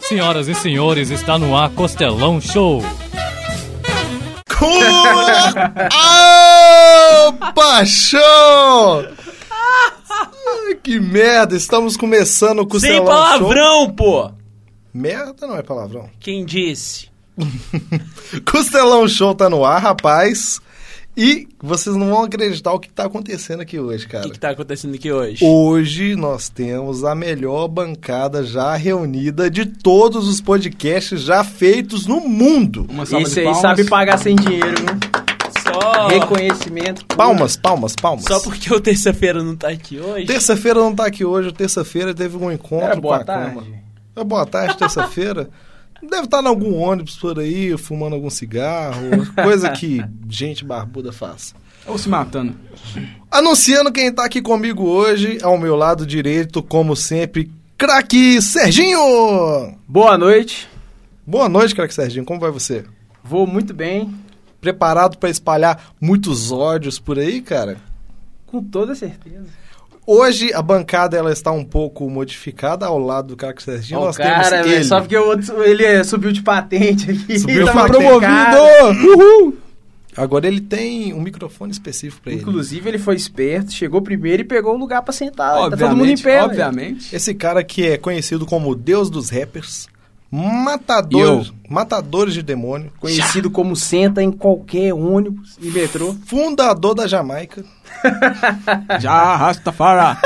Senhoras e senhores, está no ar Costelão Show. Cula ao paixão! Ai, Que merda, estamos começando com o Sem Celão palavrão, pô! Show. Merda não é palavrão. Quem disse? Costelão Show tá no ar, rapaz. E vocês não vão acreditar o que tá acontecendo aqui hoje, O cara. que, que tá acontecendo aqui hoje? Hoje nós temos a melhor bancada já reunida de todos os podcasts já feitos no mundo. Uma salva Esse de aí palmas. sabe pagar sem dinheiro, né? viu? Só, Reconhecimento. Palmas, palmas, palmas. só porque o terça-feira não tá aqui hoje. Terça-feira não tá aqui hoje, terça-feira teve um encontro Era com boa a Cama. tarde. É, boa tarde, terça-feira. Deve estar em algum ônibus por aí, fumando algum cigarro, coisa que gente barbuda faz. Ou se matando. Anunciando quem tá aqui comigo hoje, ao meu lado direito, como sempre, craque Serginho! Boa noite. Boa noite, craque Serginho, como vai você? Vou muito bem. Preparado pra espalhar muitos ódios por aí, cara? Com toda certeza. Hoje a bancada ela está um pouco modificada ao lado do craque Serginho. Ó, nós cara, temos velho, ele. só porque o outro, ele é, subiu de patente aqui. Subiu tá pra modificado. Uhul! Agora ele tem um microfone específico pra ele. Inclusive, ele foi esperto, chegou primeiro e pegou o lugar pra sentar. Tá obviamente, todo mundo em pé. velho. obviamente. Esse cara que é conhecido como o Deus dos Rappers, matador, matadores de demônio, Conhecido como senta em qualquer ônibus e metrô. fundador da Jamaica. Já arrasta fara.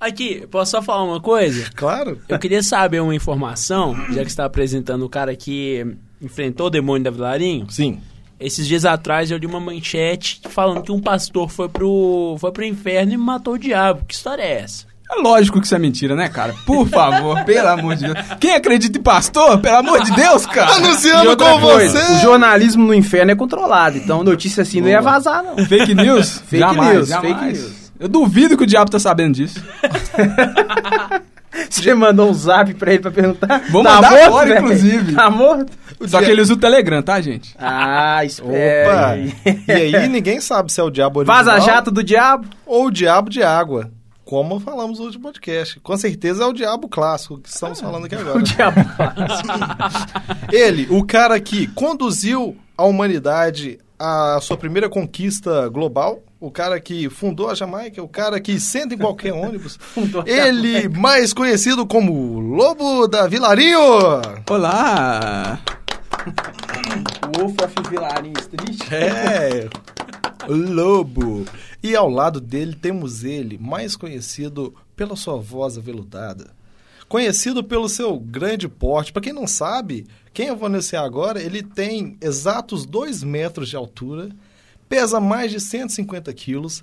Aqui, posso só falar uma coisa? Claro. Eu queria saber uma informação, já que você tá apresentando o cara que enfrentou o demônio da Vilarinho. Sim. Esses dias atrás eu li uma manchete falando que um pastor foi pro, foi pro inferno e matou o diabo. Que história é essa? É lógico que isso é mentira, né, cara? Por favor, pelo amor de Deus. Quem acredita em pastor, pelo amor de Deus, cara? E Anunciando outra com É. coisa, você. O jornalismo no inferno é controlado, então notícia assim não ia Boa. vazar, não. Fake news? Fake jamais, news, jamais. fake news. Eu duvido que o diabo tá sabendo disso. Você mandou um zap pra ele pra perguntar. Vou tá mandar morto, agora, velho? inclusive. Tá morto? Só que ele usa o Telegram, tá, gente? Ah, Opa! espera. É, E aí ninguém sabe se é o diabo original Vaza jato do diabo? ou o diabo de água. Como falamos no último podcast. Com certeza é o diabo clássico que estamos falando aqui agora. O diabo. Ele, o cara que conduziu a humanidade à sua primeira conquista global, o cara que fundou a Jamaica, o cara que senta em qualquer ônibus, Fundou a ele mais conhecido como Lobo da Vilarinho. Olá! Wolf of Vilarinho Street. É, Lobo. E ao lado dele temos ele, mais conhecido pela sua voz aveludada. Conhecido pelo seu grande porte. Pra quem não sabe, quem eu vou anunciar agora, ele tem exatos 2 metros de altura, pesa mais de 150 quilos,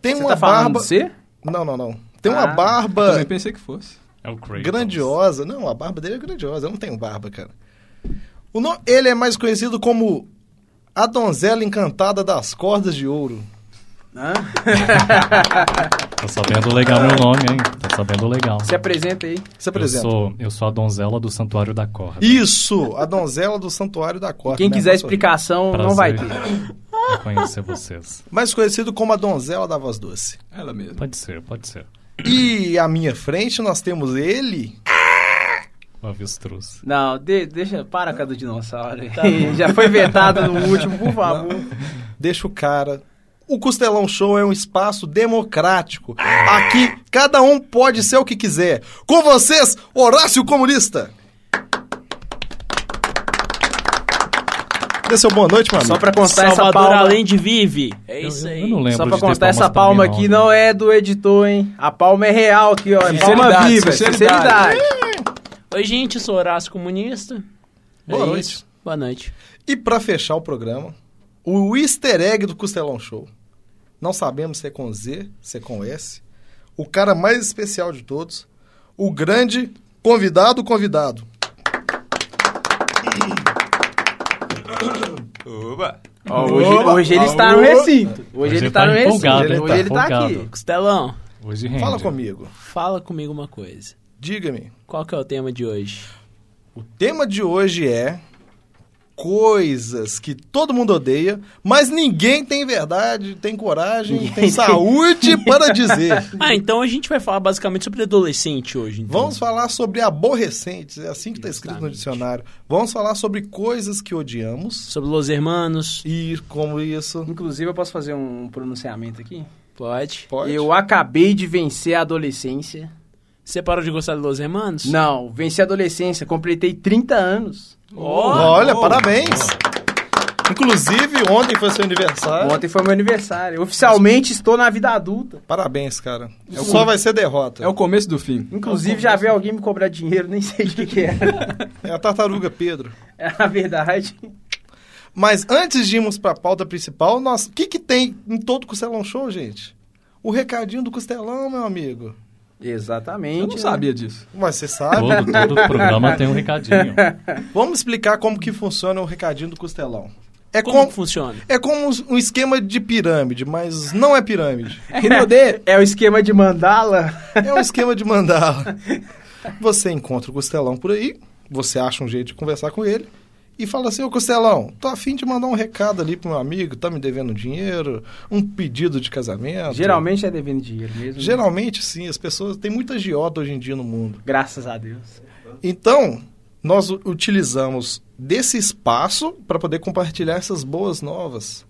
tem Você uma tá falando barba. de você? Não, não, não. Tem uma Ah, Eu também barba pensei que fosse. É o Kratos. grandiosa. Não, a barba dele é grandiosa. Eu não tenho barba, cara. O no... Ele é mais conhecido como a donzela encantada das cordas de ouro. Tá sabendo legal meu nome, hein? Tá sabendo legal. Se apresenta aí. Você é Eu apresenta. sou, eu sou a donzela do Santuário da Corda. Isso, a donzela do Santuário da Corte. Quem né? quiser Nossa, explicação, não vai ter. ter. conhecer vocês. Mais conhecido como a donzela da voz doce. Ela mesma. Pode ser, pode ser. E à minha frente nós temos ele. O avestruz. Não, de- deixa, para com a do dinossauro. Já foi vetado no último, por favor. Deixa o cara. O Costelão Show é um espaço democrático. Aqui cada um pode ser o que quiser. Com vocês, Horácio Comunista. Dê seu boa noite, meu amigo. Só pra constar essa Salvador palma. além de vive. É Eu- isso eu, aí. eu não lembro Só pra de ter constar palmas essa né? palma pra mim, aqui não é do editor, hein? A palma é real aqui, ó. É palma Sinceridade, viva, sinceridade. sinceridade. Oi, gente, eu sou Horácio Comunista. Boa é noite. Isso. Boa noite. E pra fechar o programa, o easter egg do Costelão Show. Não sabemos se é com Z, se é com S. O cara mais especial de todos. O grande convidado convidado. Oba! Ó, hoje, hoje ele está no recinto. Hoje, ele está no recinto. tá empolgado, Hoje, hein? ele está Empolgado. aqui. Costelão, Hoje rende. Fala comigo. fala comigo uma coisa. Diga-me. Qual que é o tema de hoje? O tema de hoje é coisas que todo mundo odeia, mas ninguém tem verdade, tem coragem, Ninguém tem tem. saúde para dizer. Ah, então a gente vai falar basicamente sobre adolescente hoje. Então. Vamos falar sobre aborrecentes, é assim que está escrito no Exatamente. dicionário. Vamos falar sobre coisas que odiamos Sobre Los Hermanos. e como isso. Inclusive, eu posso fazer um pronunciamento aqui? Pode. Pode. Eu acabei de vencer a adolescência. Você parou de gostar de Los Hermanos? Não, venci a adolescência, completei 30 anos. Ó, Olha, oh, parabéns! Inclusive, ontem foi seu aniversário. Ontem foi meu aniversário. Oficialmente estou na vida adulta. Parabéns, cara. É o Só cu- vai ser derrota. É o começo do fim. Inclusive, já veio alguém me cobrar dinheiro, nem sei de que que era. É a tartaruga, Pedro. É a verdade. Mas antes de irmos para a pauta principal, nós, o que, que tem em todo Costelão Show, gente? O recadinho do Costelão, meu amigo. Exatamente. Eu não né? é. sabia disso. Mas você sabe. Todo, todo programa tem um recadinho. Vamos explicar como que funciona o recadinho do Costelão. É como como, que funciona? é como um esquema de pirâmide, mas não é pirâmide. É Rinode, é o esquema de mandala. É um esquema de mandala. Você encontra o Costelão por aí, você acha um jeito de conversar com ele e fala assim: Ô Costelão, tô afim de mandar um recado ali pro meu amigo, tá me devendo dinheiro, um pedido de casamento. Geralmente é devendo dinheiro mesmo. né? Geralmente sim, as pessoas têm muita agiota hoje em dia no mundo. Graças a Deus. Então, nós u- utilizamos desse espaço para poder compartilhar essas boas novas.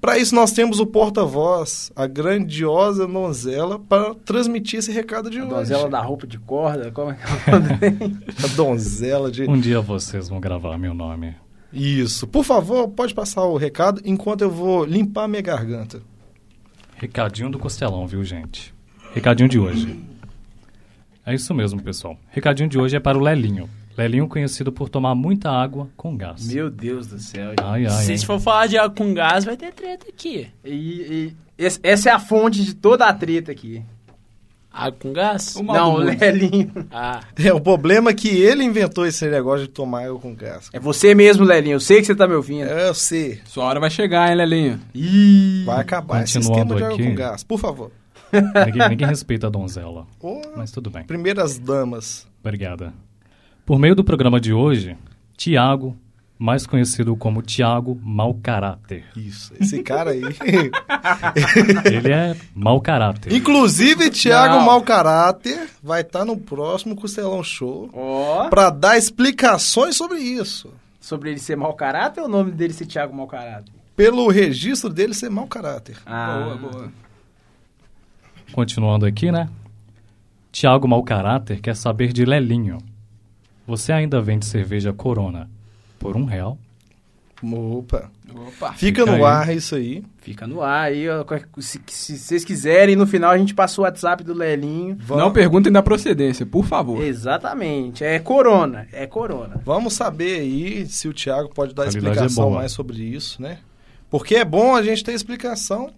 Para isso, nós temos o porta-voz, a grandiosa donzela, para transmitir esse recado de A hoje. donzela da roupa de corda, como é que ela A donzela de. Um dia vocês vão gravar meu nome. Isso. Por favor, pode passar o recado enquanto eu vou limpar minha garganta. Recadinho do Costelão, viu, gente? Recadinho de hoje. É isso mesmo, pessoal. Recadinho de hoje é para o Lelinho. Lelinho conhecido por tomar muita água com gás. Meu Deus do céu. gente. Ai, ai, Se ai. vocês for falar de água com gás, vai ter treta aqui. E, e esse- essa é a fonte de toda a treta aqui. Água com gás? O mal Não, do o mundo. Lelinho. Ah, É, o problema é que ele inventou esse negócio de tomar água com gás. É você mesmo, Lelinho. Eu sei que você tá me ouvindo. É, eu sei. Sua hora vai chegar, hein, Lelinho? Ih. Vai acabar esse esquema Continuando de água aqui. com gás. Por favor. Ninguém, ninguém respeita a donzela. Ô, Mas tudo bem. Primeiras damas. Obrigada. Por meio do programa de hoje, Tiago, mais conhecido como Tiago Mau Caráter. Isso, esse cara aí. Ele é mau caráter. Inclusive, Thiago Não. Mau Caráter vai estar no próximo Costelão Show Ó, pra dar explicações sobre isso. sobre ele ser mau caráter ou o nome dele ser Thiago mau caráter? Pelo registro dele ser mau caráter. Boa, Ah, boa. Continuando aqui, né? Tiago Mau Caráter quer saber de Lelinho. Você ainda vende cerveja Corona por um real? Opa. Opa. Fica, Fica aí. no ar isso aí. Fica Tá no ar aí, ó. Se, se vocês quiserem, no final a gente passa o WhatsApp do Lelinho. Vamos, Não perguntem da procedência, por favor. Exatamente. É corona. É corona. vamos saber aí se o Thiago pode dar Qualidade é explicação boa. mais sobre isso, né? Porque é bom a gente ter explicação.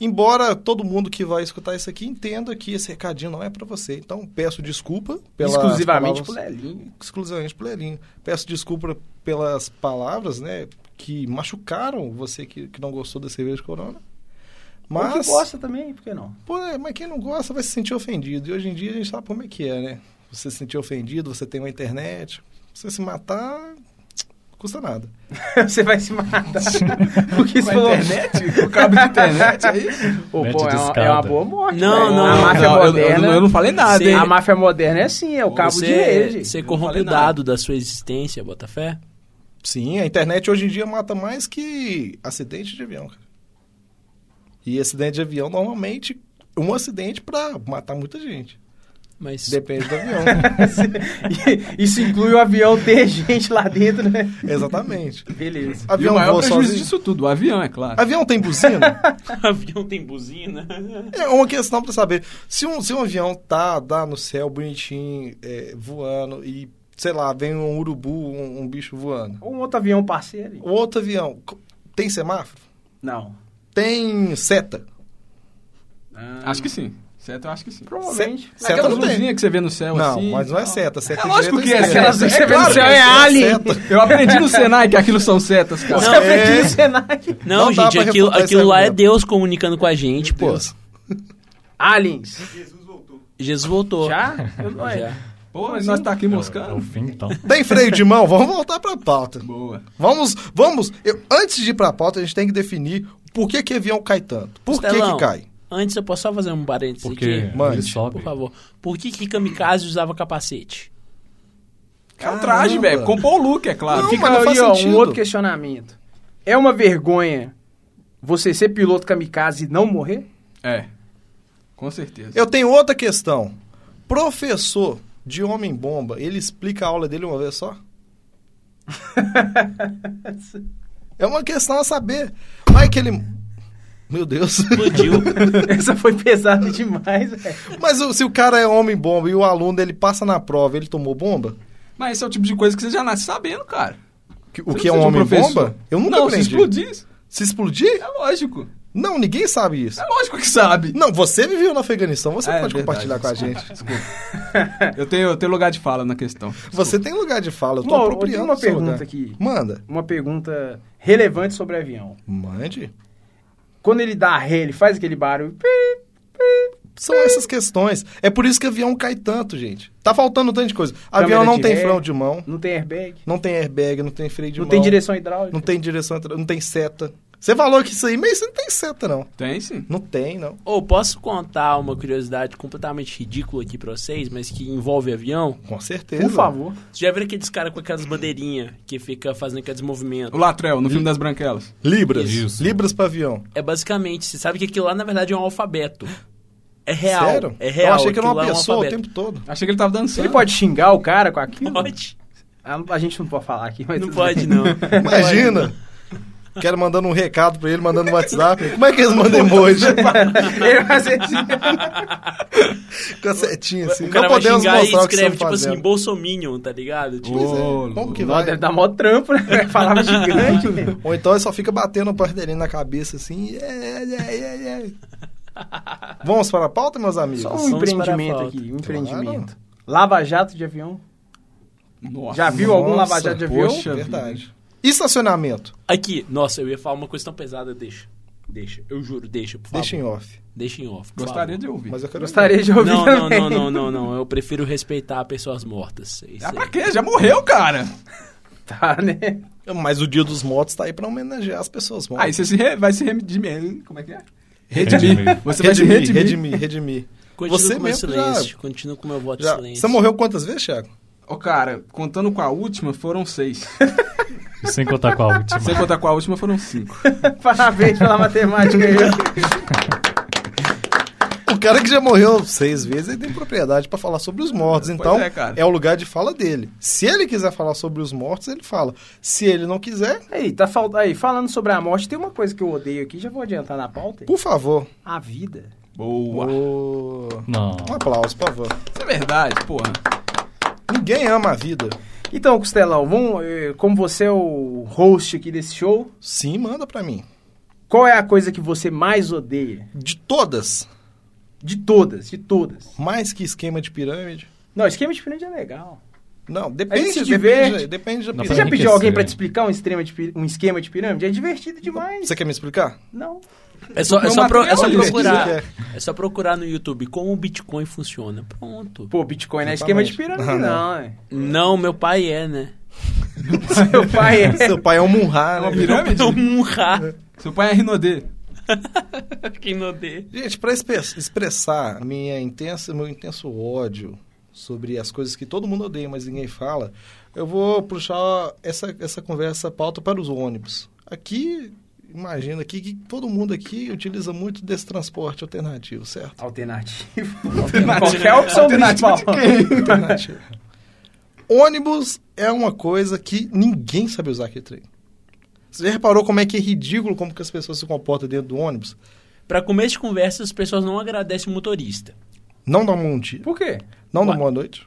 Embora todo mundo que vai escutar isso aqui entenda que esse recadinho não é pra você. Então, peço desculpa pela Exclusivamente pro Lelinho. exclusivamente pro Lelinho. Peço desculpa pelas palavras, né? Que machucaram você que, que não gostou da cerveja Corona. Ou Mas, que gosta também, por que não? pô, é, mas quem não gosta vai se sentir ofendido. E hoje em dia a gente sabe como é que é, né? Você se sentir ofendido, você tem uma internet. Você se matar, custa nada. Você vai se matar. Porque isso falou. internet? Com cabo de internet, é isso? Ô, Net pô, é, uma, é discada. uma boa morte. Não, velho. não, A não. máfia Não, eu- moderna. eu, eu não falei nada, Sim. hein? A máfia moderna é assim, é o cabo de rede. você, você Eu não corrompe falei o nada. dado da sua existência, Botafé? Sim, a internet hoje em dia mata mais que acidente de avião, cara. E acidente de avião, normalmente, um acidente pra matar muita gente. Mas Depende do avião. Isso inclui o avião ter gente lá dentro, né? Exatamente. Beleza. E o Avião maior voa prejuízo sozinho. disso tudo, o avião, é claro. Avião tem buzina? avião tem buzina. É uma questão pra saber. Se um, se um avião tá, tá no céu bonitinho, é, voando, e, sei lá, vem um urubu, um, um bicho voando. Ou um outro avião parceiro. O outro avião, co- tem semáforo? Não. Tem seta? Ah, Acho que sim. Certo, eu acho que sim. Provavelmente. Cê- Aquela Seta não tem. luzinha que você vê no céu não, assim. mas não é seta. seta É lógico direita que ou é esquerda? Aquelas que você vê claro no céu que é alien. seta. Eu aprendi no Senai que aquilo são setas, cara. Você Não, aprende é. no Senai. Não, Não dá gente, pra aquilo, refutar esse aquilo lá é argumento. Deus comunicando com a gente, pô. Deus. Aliens. Jesus voltou. Já? Eu não é. Já. Pô, mas nós tá aqui É o moscando. fim, então. Tem freio de mão? Vamos voltar pra pauta. Boa. É um Vamos, vamos. Eu- antes de ir pra pauta, a gente tem que definir por que que avião cai tanto. Por que Estelão, que cai? Antes eu posso só fazer um parênteses Porque aqui? Mande. ele sobe. Por favor. Por que, que Kamikaze usava capacete? É um traje, Caramba. velho. Compor o look, é claro. Não, Fica- Fica mas não aí, faz ó, um sentido. outro questionamento. É uma vergonha você ser piloto kamikaze e não morrer? É. Com certeza. Eu tenho outra questão. Professor de Homem-Bomba, ele explica a aula dele uma vez só? É uma questão a saber. Mas que ele. Meu Deus. Explodiu. Essa foi pesada demais, velho. Mas o- se o cara é Homem-Bomba e o aluno ele passa na prova, ele tomou bomba? Mas esse é o tipo de coisa que você já nasce sabendo, cara. Que- O Você que é não um precisa de Homem-Bomba? professor. Eu nunca Não, se aprendi. explodir, Se explodir? é lógico. Não, ninguém sabe isso. É lógico que sabe. Não, você viveu no Afeganistão, você É, pode verdade, compartilhar com a desculpa, gente. Eu tenho, eu tenho lugar de fala na questão. Você tem lugar de fala, eu tô Bom, eu tenho apropriando. uma o seu pergunta lugar. aqui. Manda. Uma pergunta relevante sobre avião. Mande. Quando ele dá ré, ele faz aquele barulho. São essas questões. É por isso que avião cai tanto, gente. Tá faltando um tanto de coisa. avião Câmera não de tem ré. freio de mão, Não tem airbag. não tem airbag, não tem freio de não mão. tem direção hidráulica. Não tem direção, atra- não tem seta. Você falou que isso aí, mas isso não tem seta, não. Tem sim. Não tem, não. Ou posso contar uma curiosidade completamente ridícula aqui pra vocês, mas que envolve avião? Com certeza. Por favor. Vocês já viram aqueles caras com aquelas bandeirinhas que fica fazendo aqueles movimentos? O Latrel, no filme das Branquelas. Libras. Isso. Libras pra avião. É basicamente, você sabe que aquilo lá na verdade é um alfabeto. É real. Sério? É real. Eu achei que era aquilo uma lá é um pessoa o alfabeto. tempo todo. Achei que ele tava dançando. Ele pode xingar o cara com aquilo? Pode. Ah, A gente não pode falar aqui, mas. Não tudo pode, bem. não. Imagina. Quero mandando um recado pra ele, mandando no WhatsApp. Como é que eles mandam emoji? Ele vai ser assim. Com a setinha assim. O cara não vai podemos xingar e mostrar o que escreve, estamos tipo assim, fazendo. Bolsominion, tá ligado? Tipo, Pois é, Ô, Como que Nossa, vai? deve dar mó trampo, né? Falava gigante, velho. Ou então ele só fica batendo o parteirinho na cabeça assim. É, é, é, é, é. Vamos para a pauta, meus amigos? É Só um Somos empreendimento para a aqui, um empreendimento. Lava jato de avião. Nossa. Já viu algum Nossa, lava jato de avião? poxa. Verdade. E estacionamento? Aqui, nossa, eu ia falar uma coisa tão pesada, deixa. Deixa, eu juro, deixa, Tá por favor. Deixa em off. Deixa em off. por Gostaria favor. de ouvir. Mas eu quero Gostaria de ouvir Não, não, também. não, não, não, não. Eu prefiro respeitar pessoas mortas. É Isso Ah, pra aí. quê? Já morreu, cara. Tá, né? Mas o Dia dos Motos tá aí pra homenagear as pessoas. Bom, Aí você se re- vai se redimir. Como é que é? Redimir. Redimir. Você vai se redimir, redimir, redimir. redimir, redimir. Continua Você com o meu mesmo silêncio. já- Continua com o meu voto de Já- silêncio. Você morreu quantas vezes, Thiago? Ô, cara, contando com a última, foram seis. E sem contar com a última. Sem contar com a última, foram cinco. Parabéns pela matemática aí. O cara que já morreu seis vezes, ele tem propriedade pra falar sobre os mortos. Pois Então, é, é, cara. o lugar de fala dele. Se ele quiser falar sobre os mortos, ele fala. Se ele não quiser, Aí, tá fal... aí, falando sobre a morte, tem uma coisa que eu odeio aqui, já vou adiantar na pauta. por favor. A vida. Boa. Ô, Não. Um aplauso, por favor. Isso é verdade, porra. Ninguém ama a vida. Então, Costelão, vamos, eh, como você é o host aqui desse show, Sim, manda pra mim. qual é a coisa que você mais odeia? De todas, De todas, de todas. mais que esquema de pirâmide. Não, esquema de pirâmide é legal. Não, depende, se diverte. depende, depende da Não, Pra Você já pirâmide. pediu alguém enriquecer. pra te explicar um, esquema de pirâmide, um esquema de pirâmide? É divertido demais. Você quer me explicar? Não. É só, é Meu só, pro- é só material, Olha, procurar. pesquisa que É só procurar no YouTube como o Bitcoin funciona. Pronto. Pô, Bitcoin não é esquema de Exatamente. pirâmide, Ah, não. não, é. Não, meu pai é, né? Seu pai é. é. Seu pai é um murra, É uma né? pirâmide? Eu murrar. Seu pai é Rinodê. É. Quem não odeia. Gente, para expressar minha intensa, meu intenso ódio sobre as coisas que todo mundo odeia, mas ninguém fala, eu vou puxar essa, essa conversa pauta para os ônibus. Aqui, imagina aqui que todo mundo aqui utiliza muito desse transporte alternativo, certo? Alternativo. Qualquer opção Alternativa principal. de quem? Alternativo. ônibus é uma coisa que ninguém sabe usar aquele trem. Você já reparou como é que é ridículo como que as pessoas se comportam dentro do ônibus? Pra começo de conversa, as pessoas não agradecem o motorista. Não dá um bom dia, Por quê? não dá uma Ué. boa noite.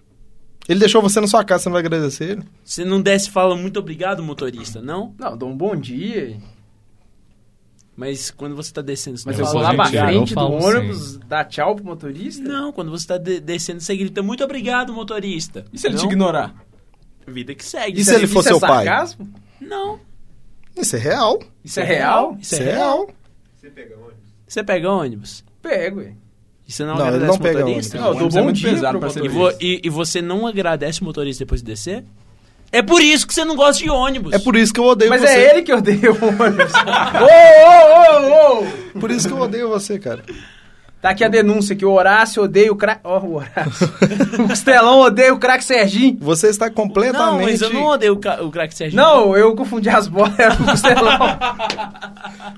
Ele deixou você na sua casa, você não vai agradecer ele? Se não desce, fala muito obrigado, motorista, não? Não, dou um bom dia. Mas quando você tá descendo, você Mas Eu eu não vou sou lá fala pra gentil, eu frente do falo ônibus, dar tchau pro motorista? Não, quando você tá de- descendo, você grita muito obrigado, motorista. E se ele não? te ignorar? Vida que segue. E se ele for é seu pai? sarcasmo? é- Não. Isso é real. Isso é real? Isso é real. Você pega ônibus? Pego, ué. E você não, Não, ele agradece não o pega motorista? ônibus. Não, dou um ônibus é bom muito dia pesado pro pra ser E, motorista. vo- e- e você não agradece o motorista depois de descer? É por isso que você não gosta de ônibus. É por isso que eu odeio Mas você. é ele que odeia o ônibus. ô, ô, ô, ô! Por isso que eu odeio você, cara. Tá aqui a denúncia que o Horácio odeia o craque... Ó, o Horácio. o Costelão odeia o craque Serginho. Você está completamente... Não, mas eu não odeio o, ca... o craque Serginho. Não, eu confundi as bolas, era o Costelão.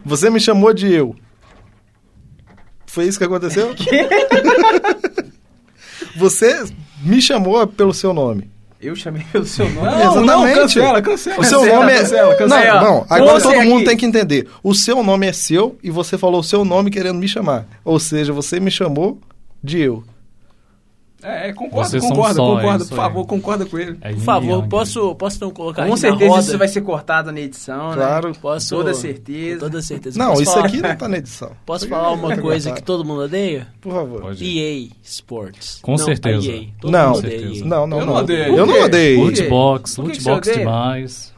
Você me chamou de eu. Foi isso que aconteceu? Você me chamou pelo seu nome. Eu chamei pelo seu nome. Não, não, Exatamente. cancela, cancela. O seu Cancela, nome é. cancela, cancela. Não, não. Aí, ó. Agora Você todo mundo aqui. tem que entender. O seu nome é seu e você falou o seu nome querendo me chamar. Ou seja, você me chamou de eu. É, é, concordo, Vocês são concordo, só, é concordo. isso Por aí. favor, concorda com ele. É Por yin e favor, yang. posso, posso então colocar Com aqui na certeza roda? isso vai ser cortado na edição, Claro. né? Posso... Toda certeza. Com toda certeza. Não, Posso isso falar- aqui não tá na edição. Posso falar uma coisa que todo mundo odeia? Por favor. Pode ir. EA Sports. Com Não, a certeza. EA. Todo Não, mundo odeia certeza. EA. não, não, Eu não. não odeio. Eu não Por quê? odeio. Por quê? Lootbox, Por que que você lootbox odeia? demais,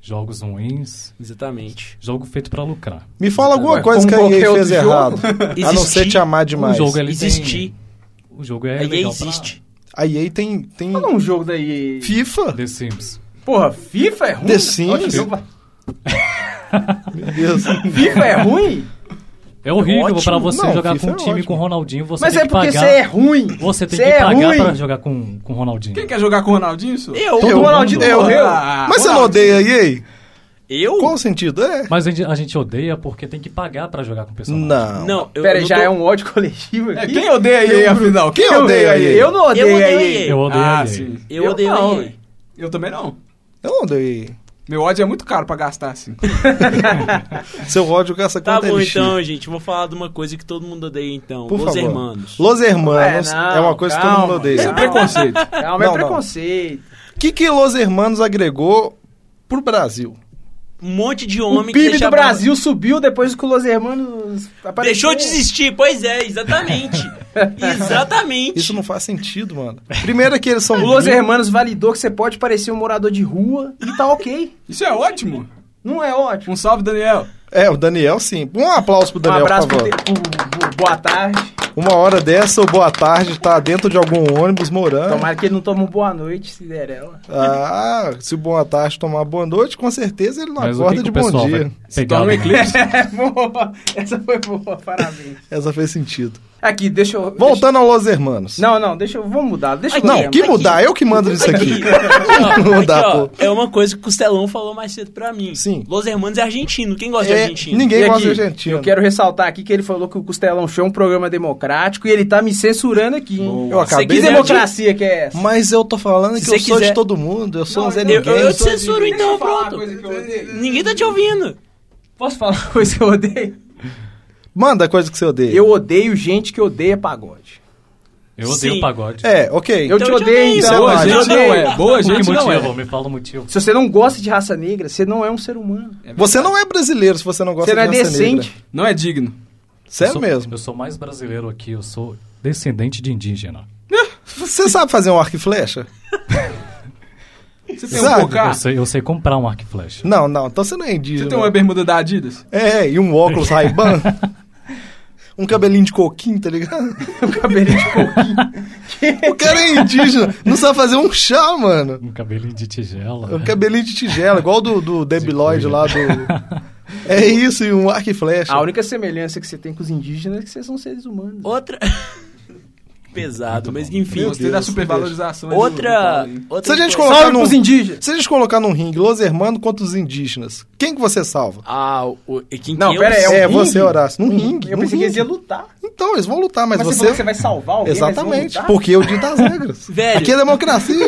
jogos ruins, Exatamente. jogo feito pra lucrar. Me fala alguma Ué, coisa como que a qualquer EA outro fez jogo. errado. A não ser Existir. te amar demais. jogo é- Ele tem- Existir. O jogo é a EA legal existe. A EA tem. tem... Fala um jogo daí. pra FIFA? The Sims. Porra, FIFA é ruim? The Sims. Olha, jogo- Meu Deus. FIFA é ruim? É horrível ótimo. pra você Não, jogar FIFA com um é time ótimo. com Ronaldinho, você Mas tem é que porque pagar. você é ruim. Você tem Você que é pagar ruim. pra jogar com com o Ronaldinho. Quem quer jogar com o Ronaldinho, senhor? Eu, Todo O Ronaldinho mundo. morreu. Ah, Mas você não odeia a EA? Eu? Qual o sentido? É. Mas a gente, a gente odeia porque tem que pagar pra jogar com o personagem. Não. Não, eu Pera, eu já tô- é um ódio coletivo É, aqui. quem odeia aí, afinal? Quem odeia Eu odeio aí? Eu não odeio, Eu odeio aí. EA. Eu odeio Ah, a EA. sim. Eu Eu odeio não, a EA. velho. Eu também não. Eu não odeio EA. Meu ódio é muito caro pra gastar, assim. Seu ódio com essa Tá conta é bom lixo. então, gente. Vou falar de uma coisa que todo mundo odeia então. Por Os favor. Hermanos. Los Hermanos É, não, é uma coisa que todo calma, mundo odeia. Ah. Isso é Não. preconceito. Calma, é Não, não. preconceito. O que, que Los Hermanos agregou pro Brasil? Um monte de O homem que PIB do deixava- Brasil subiu depois que o Los Hermanos apareceu. um- Deixou de existir, pois é, exatamente. exatamente. Isso não faz sentido, mano. Primeiro é que eles são. Então, O Los gringos. Hermanos validou que você pode parecer um morador de rua e tá ok. Isso é ótimo. Não é ótimo. Um salve, Daniel. É, o Daniel sim. Um aplauso pro Um Daniel, abraço por pro, favor. pro- pro- boa tarde. Uma hora dessa, o boa tarde tá dentro de algum ônibus morando. Tomara que ele não tome um boa noite, Cinderela. Ah, se o boa tarde tomar boa noite, com certeza ele não Mas o que, acorda que de o bom pessoal dia. vai pegar? Toma um né? eclipse. É, boa. Essa foi boa, parabéns. Essa fez sentido. Aqui, deixa eu. deixa- Voltando ao Los Hermanos. Não, não, deixa eu. Vamos mudar. Deixa eu Aqui, lembrar. Não, que mudar? Eu que mando nisso aqui. Não Aqui, dá, ó, pô. é uma coisa que o Costelão falou mais cedo pra mim. Sim. Los Hermanos é argentino. Quem gosta de É, argentino? ninguém E gosta de aqui, argentino. Eu quero ressaltar aqui que ele falou que o Costelão Show é um programa democrático e ele tá me censurando aqui, hein? Boa. Eu acabei Que de- democracia que é essa? Mas eu tô falando que Se eu você sou quiser- de todo mundo, eu sou um Zé eu- Ninguém. eu- eu sou de- censuro tá Deixa eu então, falar uma pronto. coisa que eu odeio. Ninguém tá te ouvindo. Posso falar uma coisa que eu odeio? Manda coisa que você odeia. Eu odeio gente que odeia pagode. Eu odeio Sim. pagode. É, ok. Eu Então te eu te odeio, odeio, então. Boa eu te gente não odeio. é. Boa Por gente que não é. motivo? Me fala o motivo. Se você não gosta de raça negra, você não é um ser humano. Você não é brasileiro se você não gosta você não é de raça negra. decente. Não é digno. eu Sério sou, mesmo. Eu sou mais brasileiro aqui, eu sou descendente de indígena. Você sabe fazer um arco e flecha? Você tem Sabe, um bocar? Eu sei, eu sei comprar um arco e flecha. Não, não. Então você não é Você indígena. tem uma bermuda da Adidas? É, e um óculos Ray-Ban. um cabelinho de coquinho, tá ligado? O cabelinho de coquinho. O cara é indígena. Não sabe fazer um chá, mano. Um cabelinho de tigela. né? Um cabelinho de tigela, igual do, do Debiloid lá do... É isso, e um arco e flecha. A única semelhança que você tem com os indígenas é que vocês são seres humanos. Outra. Pesado, mas Eu enfim. Gostei da supervalorização. aí do- Outra. do Paulo aí. outra Se a gente coisa- colocar Salve num... pros indígenas. Se a gente colocar num ringue Los Hermanos contra os indígenas, quem que você salva? Ah, o. e Quem Não, que pera aí, eu... um é, ringue? você, Horácio. Num ringue. Eu num pensei que eles ringue. iam lutar. Então, eles vão lutar, mas, Mas você você. falou que você vai salvar alguém. Exatamente. Porque... Porque é eu dito né? as regras. Velho. Aqui é democracia.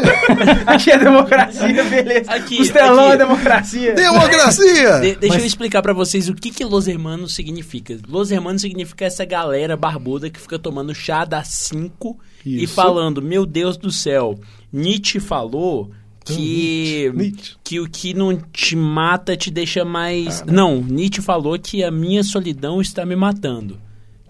Aqui é democracia, beleza. Aqui, Costelão aqui. é democracia. democracia! De- deixa Mas- eu explicar pra vocês o que que Los Hermanos significa. Los Hermanos significa essa galera barbuda que fica tomando chá das 5 e Isso. falando, meu Deus do céu, Nietzsche falou Uhum. que Então, Nietzsche. que o que não te mata te deixa mais. Ah, né? Não, Nietzsche falou que a minha solidão está me matando.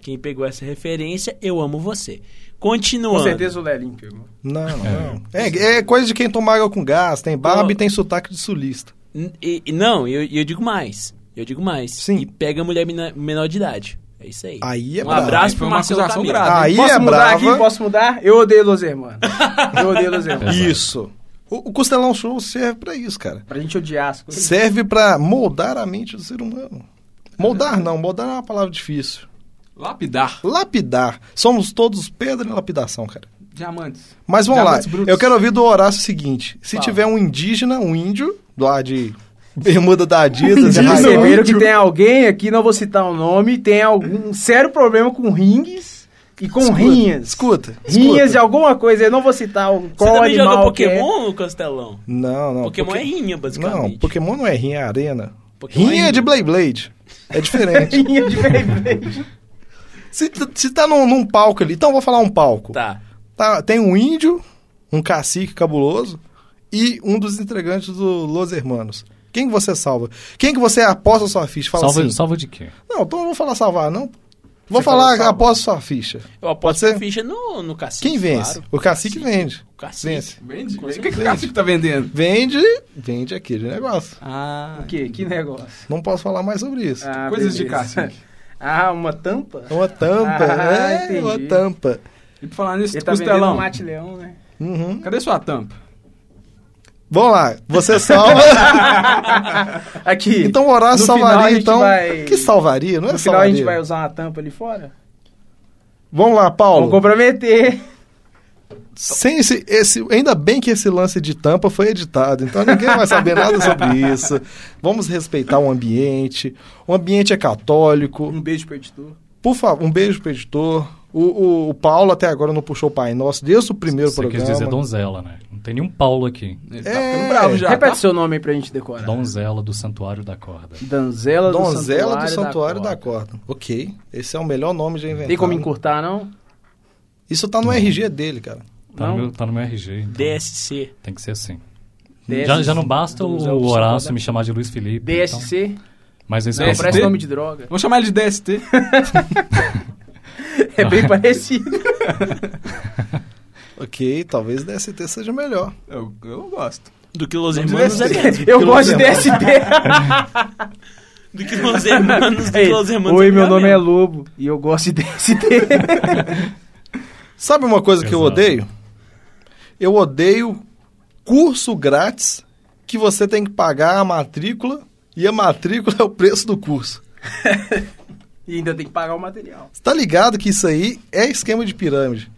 Quem pegou essa referência, eu amo você. Com Continuando. certeza o Lelinho pegou. Não, não. É, é coisa de quem toma água com gás, tem barba e tem sotaque de sulista. N- e- e não, eu, eu digo mais. Eu digo mais. Sim. E pega mulher mina- menor de idade. É isso aí. Aí é um brabo. abraço Aí pro foi uma Marcelo acusação Camelo. grave. Aí posso é mudar brava. aqui? Posso mudar? Eu odeio Los Hermanos. Eu odeio Los Hermanos. Exato. Isso. O, o Costelão Show serve pra isso, cara. Pra gente odiar as coisas. Serve pra moldar a mente do ser humano. Moldar não, moldar é uma palavra difícil. Lapidar. Lapidar. Somos todos pedra em lapidação, cara. Diamantes. Mas vamos lá. Diamantes brutos. Eu quero ouvir do Horácio o seguinte: se tiver um indígena, um índio, lá de bermuda da Adidas, Vocês Raimundo, perceberam tá que tem alguém aqui, não vou citar o nome, tem algum sério problema com rings e com Escuta, rinhas. Escuta. Rinhas de escuta. alguma coisa, eu não vou citar o Você qual também animal joga que é. Pokémon, Costelão? Não, não. Pokémon Poké- é rinha, basicamente. Não, Pokémon não é rinha, é arena. Pokémon rinha é é de rinha. Blade Blade. É diferente. Rinha de vermelho. se, t- se tá num, num palco ali, então eu vou falar um palco. Tá. Tá, tem um índio, um cacique cabuloso e um dos integrantes do Los Hermanos. Quem que você salva? Quem que você aposta sua ficha? Fala Salva, assim. salva de quê? Não, então eu não vou falar salvar, não. Vou Você falar falou salva. aposta sua ficha. Eu Pode aposto ser? ficha no, no cacique. Quem vence? claro. O cacique vende. O cacique. Vence. Vende? Com O que, que certeza. o Cacique tá vendendo? Vende, vende aquele negócio. Ah, O quê? Que negócio? Não posso falar mais sobre isso. Ah, coisas de beleza. cacique. Ah, uma tampa? É Uma tampa, Ah, é entendi. uma tampa. E pra falar nisso, Ele tá vendendo um costelão. mate-leão, né? Uhum. Cadê sua tampa? Vamos lá, você salva. Aqui. então o Horácio No final, a salvaria, gente então. vai- Que salvaria, não é no final a gente salvaria. vai usar uma tampa ali fora? Vamos lá, Paulo. Vamos comprometer. Sem esse, esse, ainda bem que esse lance de tampa foi editado, então ninguém vai saber nada sobre isso. Vamos respeitar o ambiente. O ambiente é católico. Um beijo pro editor. Por favor, um beijo pro editor. O, o, o Paulo até agora não puxou o Pai Nosso desde o primeiro Você programa. quis dizer donzela, né? Não tem nenhum Paulo aqui. Ele tá É. ficando bravo já. Repete tá? seu nome aí pra gente decorar. Donzela do Santuário da Corda. Donzela do Donzela do Santuário, Santuário da da Corda. Ok. Esse é o melhor nome já inventado. Tem como encurtar, não? Isso tá no RG dele, cara. Tá, no Não. meu, tá no meu RG. então DSC. Tem que ser assim. DSC. Já, já não basta Donzela do o Santuário Horácio da- me chamar de Luiz Felipe. então- DSC? mas esse não, é parece o nome de droga. Vamos chamar ele de DST. É Ah. bem parecido. Ok, talvez DST seja melhor. Eu, eu gosto. Do que Los Hermanos é DST. mesmo. Eu Que gosto de lembra. DST. Do que Los Hermanos, do que Los Hermanos Oi, é meu mesmo. nome é Lobo e eu gosto de DST. Sabe uma coisa que eu Exato. odeio? Eu odeio curso grátis que você tem que pagar a matrícula e a matrícula é o preço do curso. e ainda tem que pagar o material. Você tá ligado que isso aí é esquema de pirâmide.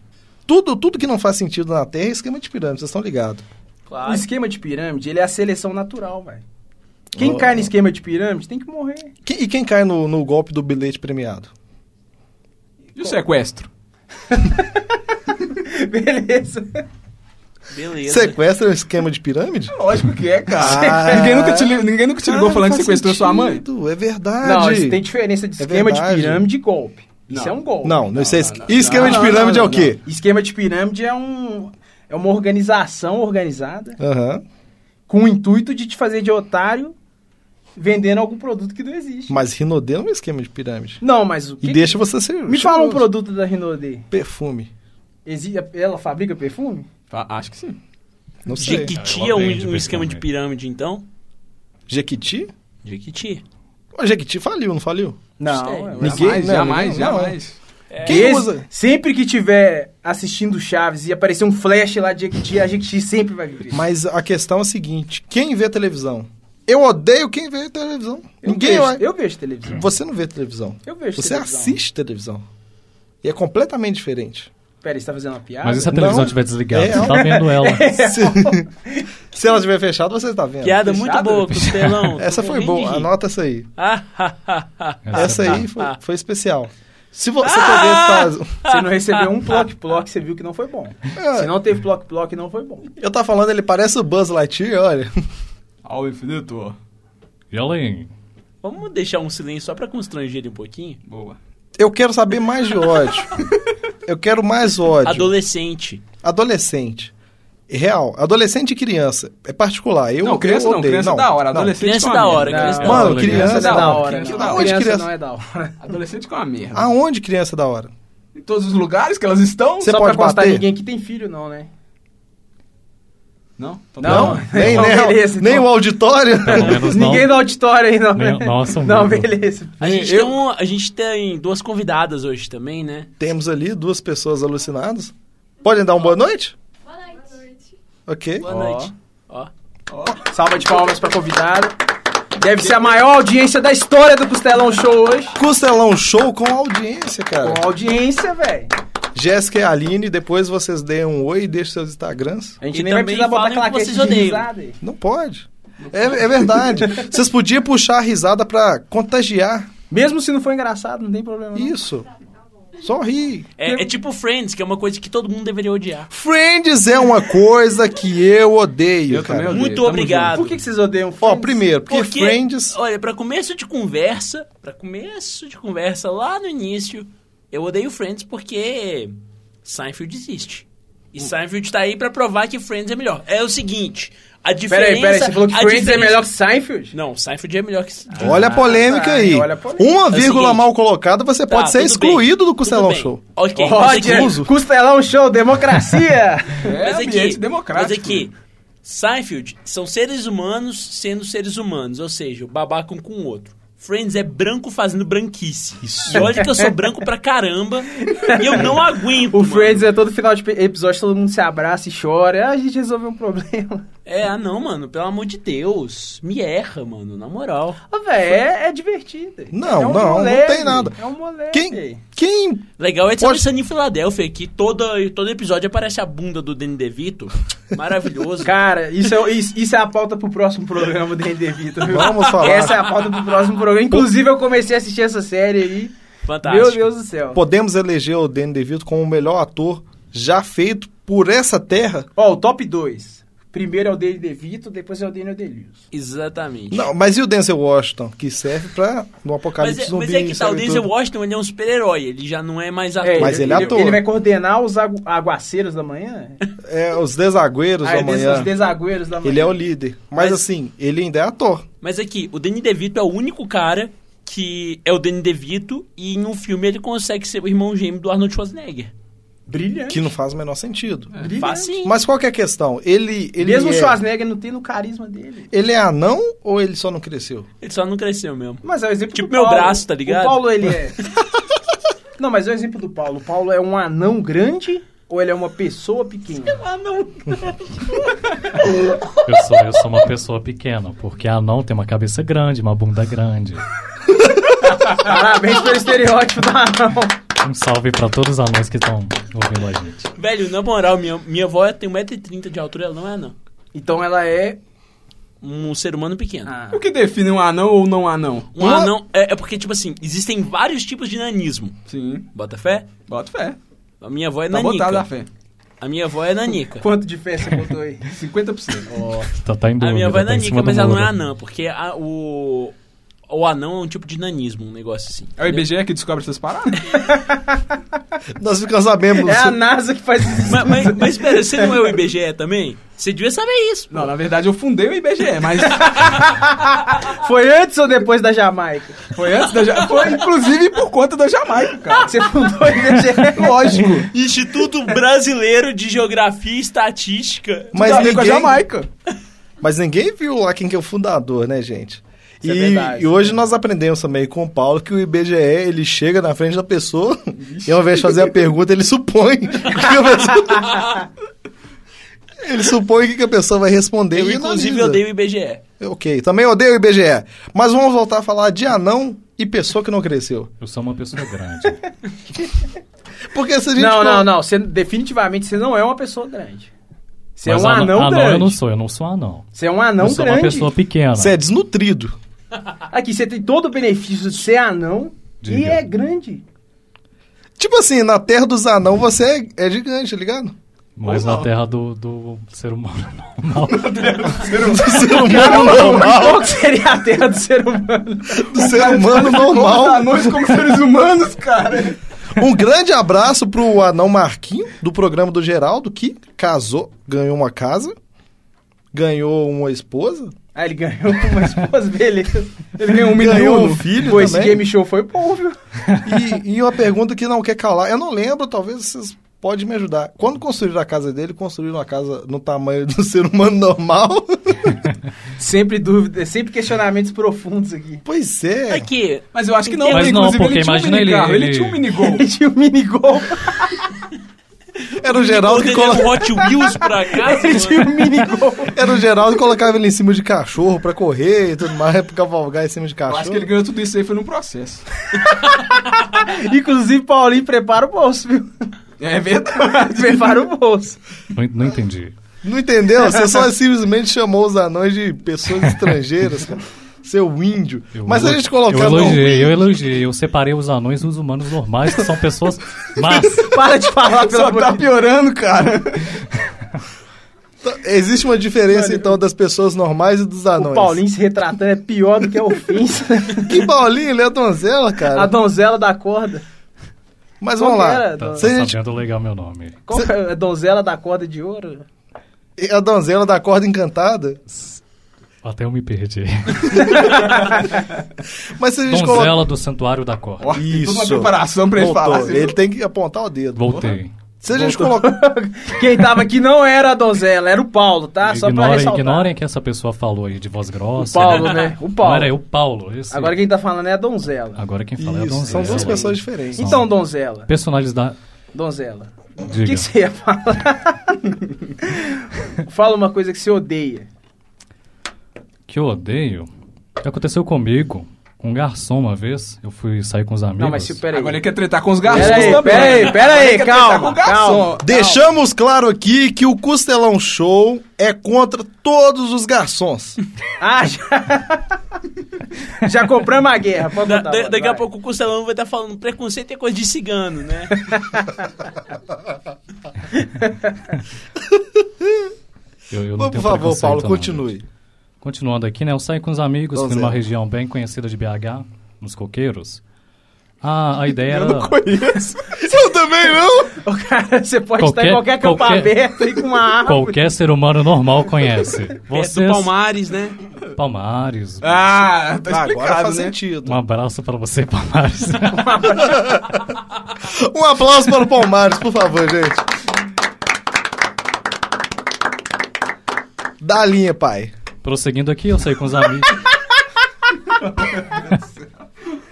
Tudo, tudo que não faz sentido na Terra é esquema de pirâmide, vocês estão ligados. O esquema de pirâmide, ele é a seleção natural, velho. Quem cai no esquema de pirâmide tem que morrer. Que- E quem cai no, no golpe do bilhete premiado? E o sequestro? Beleza. Beleza. Sequestra é um esquema de pirâmide? Lógico que é, cara. ninguém, nunca te, li- ninguém nunca te ligou Ah, falando que faz sequestrou sua mãe? sentido, É verdade. Não, isso tem diferença de É esquema de verdade. pirâmide e golpe. Isso Não. é um golpe. Não, não, isso é Não, es- não, não. esquema Não, de não, pirâmide não, é o quê? Esquema de pirâmide é um é uma organização organizada Aham. com o intuito de te fazer de otário vendendo algum produto que não existe. Mas Rinodê não é um esquema de pirâmide. Não, mas o que E deixa você ser. Me fala um cheiroso. produto da Renaudê. Perfume. Exi... Ela fabrica perfume? Fa- Acho que sim. Não sei. Jequiti Eu é um, odeio de um esquema de perfume. pirâmide, então? Jequiti? Jequiti. O Jequiti faliu, não é faliu? Sei. Não, Ninguém- jamais, não, jamais, não, não. jamais. Quem Esse- usa? Sempre que tiver assistindo Chaves e aparecer um flash lá de Jequiti, a Jequiti sempre vai vir. Mas a questão é a seguinte: quem vê televisão? Eu odeio quem vê televisão. eu Ninguém vejo, olha. Eu vejo televisão. Você não vê televisão. Eu vejo Você televisão. assiste televisão. E é completamente diferente. Pera, você tá fazendo uma piada? Mas e se a Não. televisão estiver desligada? É, Você tá vendo ela. É. Se, se ela estiver fechada, você está vendo. É, Piada muito Fechada? boa, Costelão. Essa Tô foi morrendo boa, de rir. anota essa aí. Ah, ha, ha, ha. Ah, Essa tá. é aí boa. foi, foi especial. Se você ah! talvez. tá- Você não recebeu um ploc-ploc, você viu que não foi bom. É. Se não teve ploc-ploc, não foi bom. Eu tava falando, ele parece o Buzz Lightyear, olha. Ao infinito, ó. E além, Vamos deixar um silêncio só pra constranger ele um pouquinho? Boa. Eu quero saber mais de ódio. Eu quero mais ódio. Adolescente. Adolescente. Real. Adolescente e criança. É particular. Eu, não, criança eu não, odeio. criança é da hora. Adolescente Criança com a da merda. hora, criança da É. Mano, hora. criança é da da hora, hora. criança não. da hora. Criança Criança- não é da hora. Ah. Adolescente com a merda. Aonde criança é da hora? Em todos os lugares que elas estão, Você Só pode pra constar, bater? ninguém que tem filho não, né? Não? Então tá Não? bom. Nem, Não, nem, beleza, nem então. o auditório. Pelo menos não. Ninguém do auditório aí, não. Nem- nossa, Não, amigo. beleza. A gente, Eu- tem um- a gente tem duas convidadas hoje também, né? Temos ali duas pessoas alucinadas. Podem dar uma boa noite? Boa noite. Ok. Boa Ó. noite. Ó. Salva de palmas pra convidado. Deve ser a maior audiência da história do Costelão Show hoje. Costelão Show com audiência, cara. Com audiência, velho. Jéssica e Aline, depois vocês deem um oi e deixem seus Instagrams. A gente E nem vai também precisar botar falem o que claquete vocês de odeiam. risada aí. Não pode. É, é verdade. Vocês podiam puxar a risada pra contagiar. Mesmo se não for engraçado, não tem problema. não. Isso. Só ri. É, é tipo Friends, que é uma coisa que todo mundo deveria odiar. Friends é uma coisa que eu odeio, Eu cara. também odeio. Muito Tamo obrigado. Por que, que vocês odeiam Ó, Friends? primeiro, porque, Porque, Friends... olha, pra começo de conversa, pra começo de conversa lá no início, eu odeio Friends porque Seinfeld existe. E Seinfeld tá aí pra provar que Friends é melhor. É o seguinte, a diferença... Peraí, peraí, você falou que a Friends é diferença- melhor que Seinfeld? Não, Seinfeld é melhor que Seinfeld. Olha a polêmica tá, Ah, aí. olha a polêmica. Uma É o vírgula seguinte. mal colocada, você Tá, pode ser tudo bem, excluído do tudo Costelão bem. Show. Ok, mas é aqui- Roger, Costelão Show, democracia! junto. É mas ambiente aqui, democrático. Mas aqui, Seinfeld são seres humanos sendo seres humanos, ou seja, o babaca um com o outro. Friends é branco fazendo branquice. Isso. E olha que eu sou branco pra caramba e eu não aguento. o mano. Friends é todo final de pe- episódio, todo mundo se abraça e chora. Ah, A gente resolveu um problema. É, ah não, mano, pelo amor de Deus. Me erra, mano, na moral. Ô, velho, é, é divertido. Não, É um não, não moleque, tem nada. É um moleque. Quem, quem Legal é de Pode- Pode... em Filadélfia, que toda, todo episódio aparece a bunda do Danny DeVito. Maravilhoso. Cara, isso é, isso, isso é a pauta pro próximo programa do Render Vitor. viu? Vamos falar. Essa é a pauta pro próximo programa. Inclusive, eu comecei a assistir essa série aí. Fantástico. Meu Deus do céu. podemos eleger o Danny DeVito como o melhor ator já feito por essa terra? Ó, o top 2. Primeiro é o Danny DeVito, depois é o Daniel DeLuz. Exatamente. Não, mas e o Denzel Washington, que serve pra no mas, apocalipse é, zumbi? mas é que tá, o serve Denzel tudo. Washington ele é um super-herói, ele já não é mais ator. mas ele é ator. Ele vai coordenar os agu aguaceiros da manhã? É, os desagüeiros Ah, da é des- manhã. Os desagüeiros da manhã. Ele é o líder. Mas, Mas- assim, ele ainda é ator. Mas aqui, o Danny DeVito é o único cara que é o Danny DeVito e em um filme ele consegue ser o irmão gêmeo do Arnold Schwarzenegger. Brilhante. Que não faz o menor sentido. Brilhante. Facinho. Mas qual que é a questão? Ele, ele, É. Mesmo o é, Schwarzenegger não tem no carisma dele. ele é anão ou ele só não cresceu? Ele só não cresceu mesmo. Mas é o exemplo Tipo do meu Paulo. braço, tá ligado? O Paulo, ele é... não, mas é o exemplo do Paulo. O Paulo é um anão grande ou ele é uma pessoa pequena? Ah, não. Eu sou, eu sou uma pessoa pequena, porque anão tem uma cabeça grande, uma bunda grande. Parabéns pelo estereótipo do anão. Um salve pra todos os anões que estão ouvindo a gente. Velho, na moral, minha, minha avó tem 1,30m de altura, ela não é não. Então ela é... Um ser humano pequeno. Ah, O que define um anão ou não anão? Um anão. É, é porque, tipo assim, existem vários tipos de nanismo. Sim, Bota fé? bota fé. A minha avó é Tá nanica. botado a fé. A minha avó é nanica. quanto de fé você botou aí? 50%. Tá, tá em dúvida. A minha avó é tá em nanica, cima do mas ela não é muro. anã, porque a- o. O anão é um tipo de nanismo, um negócio assim. É o IBGE que descobre essas paradas? Nós ficamos sabendo. É a NASA que faz isso. Mas, mas, mas pera, você não é o IBGE também? Você devia saber isso. Não, na verdade eu fundei o IBGE, mas Foi antes ou depois da Jamaica? foi antes da Ja- Foi inclusive por conta da Jamaica, cara. Você fundou a IBGE? Lógico. Instituto Brasileiro de Geografia e Estatística. Mas Tudo a ver com a ninguém, Jamaica. mas ninguém viu lá quem que é o fundador, né, gente? é e, verdade. e hoje nós aprendemos também com o Paulo que o IBGE ele chega na frente da pessoa e ao invés de fazer a pergunta, ele supõe que a pessoa... Ele supõe o que que a pessoa vai responder. Eu, e inclusive, analisa. odeio o IBGE. É Ok, também odeio o IBGE. Mas vamos voltar a falar de anão e pessoa que não cresceu. Eu sou uma pessoa grande. Porque se a gente. Não, for- não, não. Você, definitivamente você não é uma pessoa grande. Você Mas é um ana- anão, anão grande. eu não sou, eu não sou anão. Você é um anão eu sou grande. uma pessoa pequena. Você é desnutrido. Aqui, você tem todo o benefício de ser anão e Diga. é grande. Tipo assim, na terra dos anão você é, é gigante, tá ligado? Mas na terra do, do ser humano normal. Ser humano normal. Qual que seria a terra do ser humano? Do ser humano normal. Anões como seres humanos, cara. Um grande abraço pro anão Marquinho, do programa do Geraldo, que casou, ganhou uma casa, ganhou uma esposa. Ah, ele ganhou uma esposa, beleza. Ele ganhou um Ganhou minuto. um filho Pô, esse também. game show foi bom, viu? E, e uma pergunta que não quer calar. Eu não lembro, talvez vocês pode me ajudar. Quando construíram a casa dele, construíram uma casa no tamanho do ser humano normal? Sempre dúvida, sempre questionamentos profundos aqui. pois é. Aqui, Mas eu acho que não, Mas porque, não, inclusive porque ele tinha um imagina ele- minicarro, ele... ele- tinha um minigol. Ele tinha um minigol. Era o Geraldo que é poderia colo... um Hot Wheels por acaso? Ele tinha um minigol. Era o Geraldo que colocava ele em cima de cachorro pra correr e tudo mais, pra cavalgar em cima de Eu cachorro. acho que ele ganhou tudo isso aí foi num processo. Inclusive, Paulinho prepara o bolso, viu? É verdade. Prepara o bolso. Não, não entendi. Não entendeu? Você só simplesmente chamou os anões de pessoas estrangeiras, cara. Seu índio. Eu Mas se a elo- gente um- colocar Eu no- elogiei, eu elogiei. Eu separei os anões dos humanos normais, que são pessoas mas Para de falar, pelo Só amor tá de piorando, cara. Tá, Existe uma diferença, então, das pessoas normais e dos anões. O Paulinho se retratando é pior do que a ofensa. Que Paulinho, ele é a donzela, cara. a donzela da corda. Mas Como vamos que era? lá. tá, Se a, tá gente... sabendo legal meu nome. Qual é a donzela da corda de ouro? É a donzela da corda encantada. Até eu me perdi. Mas se a gente colocar. Donzela do Santuário da Corda. Ó, tem toda uma Isso. preparação pra ele Voltou. falar. assim. Ele tem que apontar o dedo. Voltei. Se a gente colocar. Quem tava aqui não era a donzela, era o Paulo, tá? Só pra ignorem, ressaltar. ignorem que essa pessoa falou aí de voz O grossa. Paulo, né? O Paulo. Agora é o Paulo. esse- Agora quem tá falando é a donzela. Agora quem fala é a Isso, donzela. são duas pessoas diferentes. Então, donzela. Personagens da... Donzela. O Diga. que, que você ia falar? Fala uma coisa que você odeia. que eu odeio. Aconteceu comigo, com um garçom uma vez. Eu fui sair com os amigos. Não, mas se peraí. Agora ele quer tretar com os garçons Pera aí, também. né? pera aí, pera Agora ele aí, quer tretar com calma, o garçom. calma. Deixamos claro aqui que o Costelão Show é contra todos os garçons. Ah, já... já compramos a guerra, pode da- contar. da- agora, daqui a vai. pouco o Costelão vai estar falando preconceito é coisa de cigano, né? Eu, eu não Por tenho favor, preconceito, Paulo, não, continue. gente. Continuando aqui, né? Eu saí com os amigos, fui Donzela. numa região bem conhecida de BH, nos coqueiros. Ah, a ideia era... Conheço. Eu também não! Ô, cara, você pode estar em qualquer Qualquer- campo qualquer- aberto aí com uma árvore. Qualquer ser humano normal conhece. Perto Vocês... É do Palmares, né? Palmares. Ah, tá Ah, agora explicado, faz né? sentido. Um abraço pra você, Palmares. Um aplauso para o Palmares, por favor, gente. Dá a linha, pai. Prosseguindo aqui, eu saí com os amigos.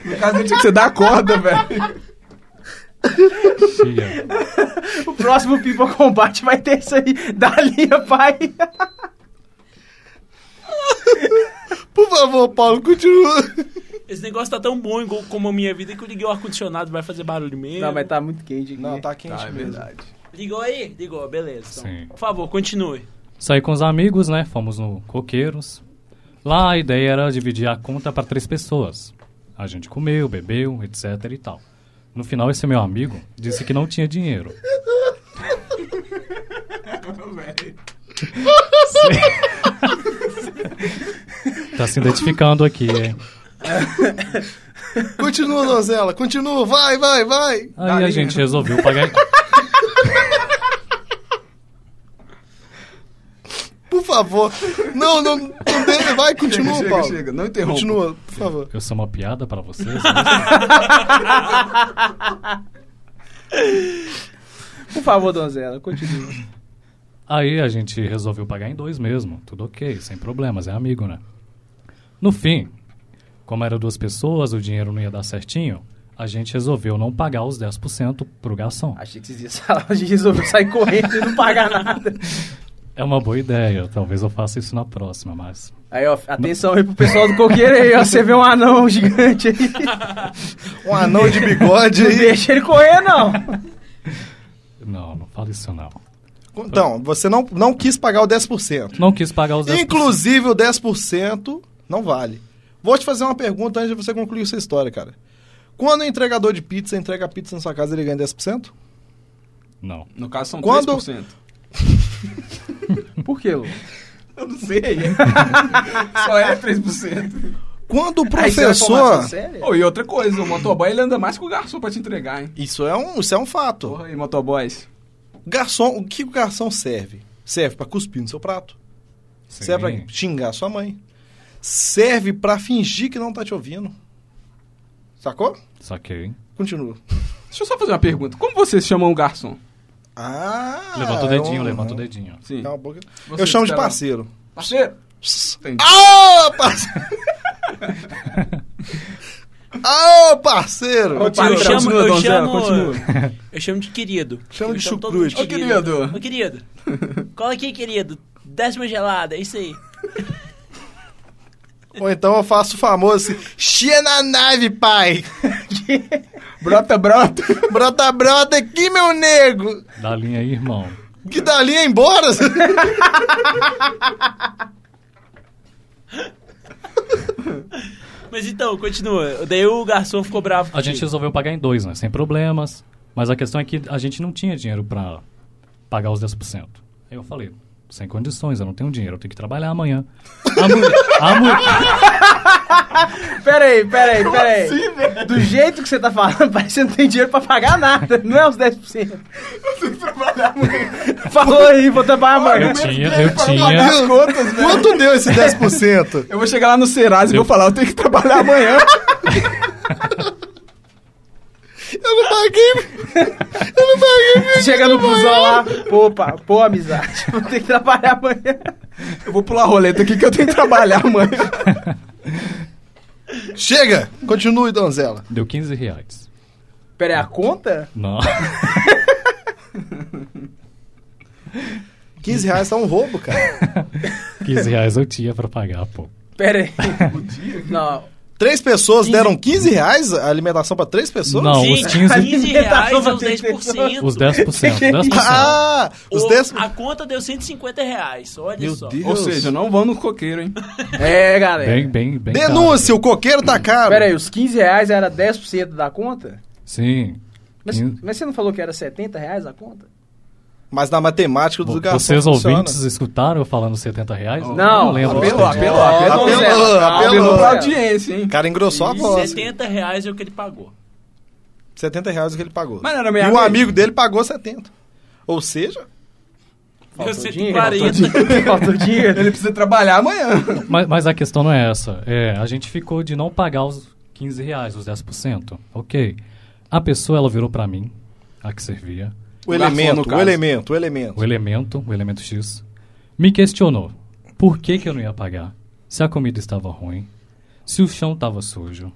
No caso dele tinha que você dar a corda, velho. Tia. O próximo Pipa Combate vai ter isso aí. Da linha, pai. Por favor, Paulo, continua. Esse negócio tá tão bom igual- como a minha vida que eu liguei o ar-condicionado, vai fazer barulho mesmo. Não, mas tá muito quente aqui. Não, tá quente Tá, é mesmo. verdade. Ligou aí? Ligou, beleza. Então, Sim. Por favor, continue. Saí com os amigos, né? Fomos no Coqueiros. Lá a ideia era dividir a conta para três pessoas. A gente comeu, bebeu, etc e tal. No final, esse meu amigo disse que não tinha dinheiro. Tá se identificando aqui, é. hein? Continua, donzela, continua. Vai, vai, vai. Aí a gente resolveu pagar. Por favor. Não, não, não dê- vai, continua, chega, Paulo. chega, não interrompa. Continua, por favor. Eu sou uma piada para vocês? né? Por favor, donzela, continue. Aí a gente resolveu pagar em dois mesmo. Tudo ok, sem problemas, é amigo, né? No fim, como eram duas pessoas, o dinheiro não ia dar certinho, a gente resolveu não pagar os 10% pro garçom. Achei que vocês iam falar, a gente resolveu sair correndo e não pagar nada. É uma boa ideia, talvez eu faça isso na próxima, mas... Aí, ó, atenção aí pro pessoal do coqueiro aí, ó. Você vê um anão gigante aí. Um anão de bigode Não aí. deixa ele correr, não. Não, não fala isso não. Então, você não, não quis pagar o 10%. Não quis pagar os 10%. Inclusive, o 10% não vale. Vou te fazer uma pergunta antes de você concluir sua história, cara. Quando o entregador de pizza entrega a pizza na sua casa, ele ganha 10%? Não. No caso são Quando- 3%. Por quê, Lu? Eu não sei. Só é 3%. Quando o Ah, isso é uma professor... informação séria? Oh, e outra coisa, o motoboy ele anda mais que o garçom pra te entregar, hein? Isso é um, isso é um fato. Porra aí, motoboys. Garçom, o que o garçom serve? Serve pra cuspir no seu prato. Sim. Serve é pra xingar sua mãe. Serve pra fingir que não tá te ouvindo. Sacou? Saquei. Continua. Deixa eu só fazer uma pergunta. Como vocês chamam o garçom? Ah! Levanta o é dedinho, um- levanta o dedinho. Sim. é uma boca- Você Eu chamo de está lá. parceiro. Parceiro! Entendi. Ah, parceiro! Ah, parceiro! Então, Ô, Eu Continua, chamo, eu, continua, chamo, Donzela, eu chamo de querido. Chama de Então, todo mundo chucrute. Ô, querido. Ô, querido. Cola aqui, querido. Décima gelada, é isso aí. Ou então eu faço o famoso assim, chia na nave, pai! Brota, brota! Brota, brota aqui, meu nego! Dá a linha aí, irmão. Que dali é embora! Mas então, continua. Daí o garçom ficou bravo. A gente contigo. resolveu pagar em dois, né? Sem problemas. Mas a questão é que a gente não tinha dinheiro pra pagar os 10%. Aí eu falei, sem condições, eu não tenho dinheiro, eu tenho que trabalhar amanhã. A mulher, a mulher, Peraí, peraí, peraí. Do jeito que você tá falando, parece que você não tem dinheiro pra pagar nada. Não é os 10%. Falou aí, vou trabalhar Ah, amanhã. eu tinha, eu tinha. Pagar as contas, velho. Quanto deu esse 10%? Eu vou chegar lá no Serasa e Eu- vou falar, eu tenho que trabalhar amanhã. Eu não paguei! Eu não Você paguei! Chega no busão lá, pô, pá, pô, amizade, vou ter que trabalhar amanhã. eu vou pular a roleta aqui que eu tenho que trabalhar amanhã. Chega! Continue, donzela. Deu 15 reais. Peraí, a conta? Não. 15 reais tá um roubo, cara. 15 reais eu tinha pra pagar, pô. Peraí. Não, Três pessoas deram 15 reais a alimentação pra três pessoas? Não. os Gente, 15 15 reais é os Alimentação 10%. Os 10%. 10%. Ah! Os O- 10%. A conta deu 150 reais, olha Meu só. Deus. Ou seja, não vão no coqueiro, hein? é, galera. Bem, bem, bem. caro. Denúncia, o coqueiro tá caro. Peraí, os 15 reais era 10% da conta? Sim. Mas, Quin- mas você não falou que era 70 reais a conta? Mas na matemática do garçom Vocês funciona. ouvintes escutaram eu falando 70 reais? Não, não lembro. apelou, disso. apelou, apelou, Donzela, apelou. Apelou pra Donzela. audiência, hein? O cara engrossou a voz. 70 reais é o que ele pagou. 70 reais que ele pagou. Mas não era e meia o noite? amigo dele pagou 70. Ou seja, Deu dinheiro, 140. Faltou dinheiro. Ele precisa trabalhar amanhã. Mas, mas a questão não é essa. É, a gente ficou de não pagar os 15 reais, os 10%. Ok. A pessoa, ela virou pra mim, a que servia, o, O garçom, no elemento, o caso. elemento, o elemento. o elemento, o elemento X, me questionou por que, que eu não ia pagar, se a comida estava ruim, se o chão estava sujo,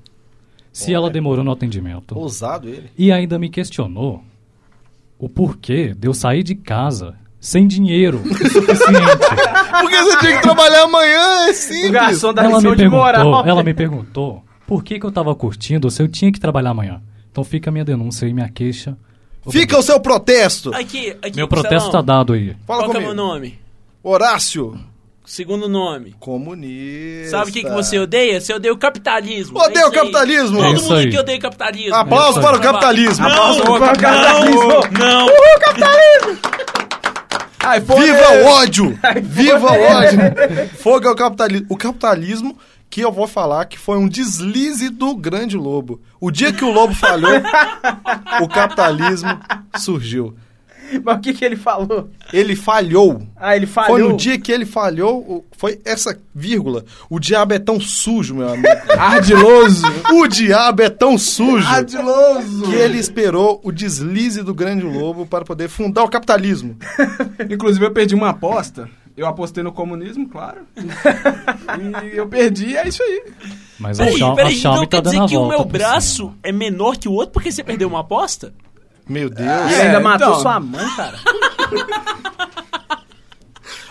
se ela demorou no atendimento. Ousado ele. E ainda me questionou o porquê de eu sair de casa sem dinheiro o suficiente. Porque você tinha que trabalhar amanhã, é O simples. garçom da ela, lição me de moral. perguntou, ela me perguntou por que, que eu tava curtindo se eu tinha que trabalhar amanhã. Então fica a minha denúncia aí, minha queixa. Fica o seu protesto. Aqui, aqui. Meu protesto tá Celão, dado aí. Fala Qual que é o comigo. meu nome? Horácio. Segundo nome. Comunista. Sabe o que, que você odeia? Você odeia o capitalismo. Odeio isso o É capitalismo. Todo isso mundo aí. É aqui odeia o capitalismo. Aplauso para o Vamos lá. capitalismo. Não, Aplauso para o capitalismo. Não, não. iPhone. Viva o ódio! Viva o ódio! Fogo ao capitalismo. O capitalismo que eu vou falar que foi um deslize do grande lobo. O dia que o lobo falhou, o capitalismo surgiu. Mas o que, que ele falou? Ele falhou. Ah, ele falhou. Foi no dia que ele falhou, o- foi essa vírgula. O diabo é tão sujo, meu amigo. Ardiloso. O diabo é tão sujo Ardiloso. que ele esperou o deslize do grande lobo para poder fundar o capitalismo. Inclusive, eu perdi uma aposta. Eu apostei no comunismo, claro. E eu perdi, é isso aí. Mas a, Peraí, cham, peraí, a chame então tá quer dando dizer a que o volta. meu por cima. braço é menor que o outro porque você perdeu uma aposta? Meu Deus. Ele ainda É, matou então. sua mãe, cara.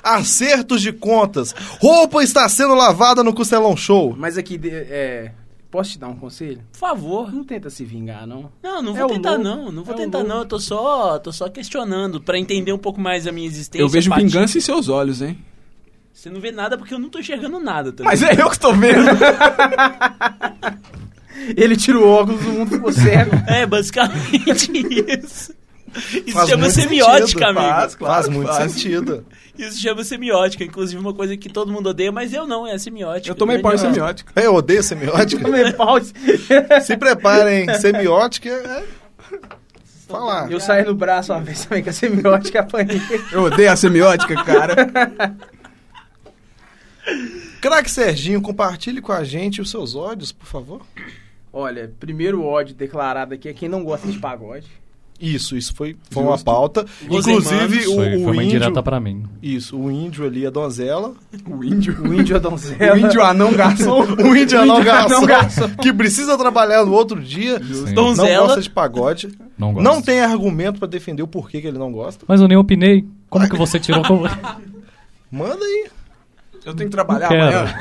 Acertos de contas. Roupa está sendo lavada no Costelão Show. Mas aqui, de- é, posso te dar um conselho? Por favor. Não tenta se vingar, não. Não, não É vou o tentar louco. não, não vou É o tentar louco. não, eu tô só, tô só questionando pra entender um pouco mais a minha existência. Eu vejo Paty. vingança em seus olhos, hein? Você não vê nada porque eu não tô enxergando nada tá também. Mas é eu que tô vendo. Ele tira o óculos, o mundo ficou cego. É, basicamente isso. Isso Faz chama muito semiótica, sentido, amigo. faz. Claro Faz que muito faz. sentido. Isso chama semiótica, inclusive uma coisa que todo mundo odeia, mas eu não, é a semiótica. Eu tomei pau em semiótica. Eu odeio semiótica. Tomei pause. Se preparem, semiótica é. Falar. Eu saí no braço uma vez também com a semiótica e é apanhei. Eu odeio a semiótica, cara. Craque Serginho, compartilhe com a gente os seus ódios, por favor. Olha, primeiro ódio declarado aqui é quem não gosta de pagode. Isso, isso foi, foi uma pauta. Os Inclusive, irmãos. o, Foi, o foi uma índio. indireta pra mim. Isso, o índio ali, a donzela. O índio. O índio é donzela. O índio anão garçom. O índio é não anão garçom. Que precisa trabalhar no outro dia. Sim. Não Donzela. gosta de pagode. Não gosto. Não tem argumento pra defender o porquê que ele não gosta. Mas eu nem opinei. Como que você tirou? Como... Manda aí. Eu tenho que trabalhar Quero. amanhã.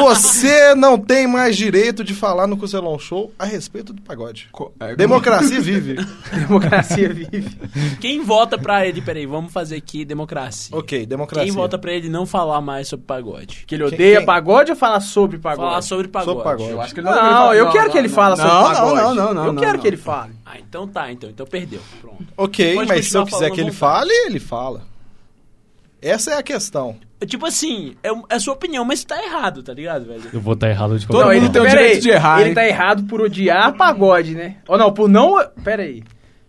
Você não tem mais direito de falar no Cuselão Show a respeito do pagode. Co- é, Democracia vive. Democracia vive. Quem vota pra ele, peraí, vamos fazer aqui democracia. ok, democracia. Quem vota pra ele não falar mais sobre pagode? Que ele Quem- odeia quem? pagode ou fala sobre pagode? Falar sobre pagode. Sobre pagode. Eu acho que ele Não, não, deveria falar- eu não, quero não, que ele não. fale sobre Não, pagode. Não, não, não. Eu não, quero não. que ele fale. Ah, então tá, então. Então perdeu. Pronto. Ok, Pode mas se eu quiser continuar que falando ele fale, à ele fala. Essa é a questão. Tipo assim, é, é sua opinião, mas tá errado, tá ligado, velho? Eu vou estar errado de Todo qualquer mundo tem o forma. pera direito aí, de errar, Ele hein? tá errado por odiar pagode, né? Ou não, por não. Pera aí.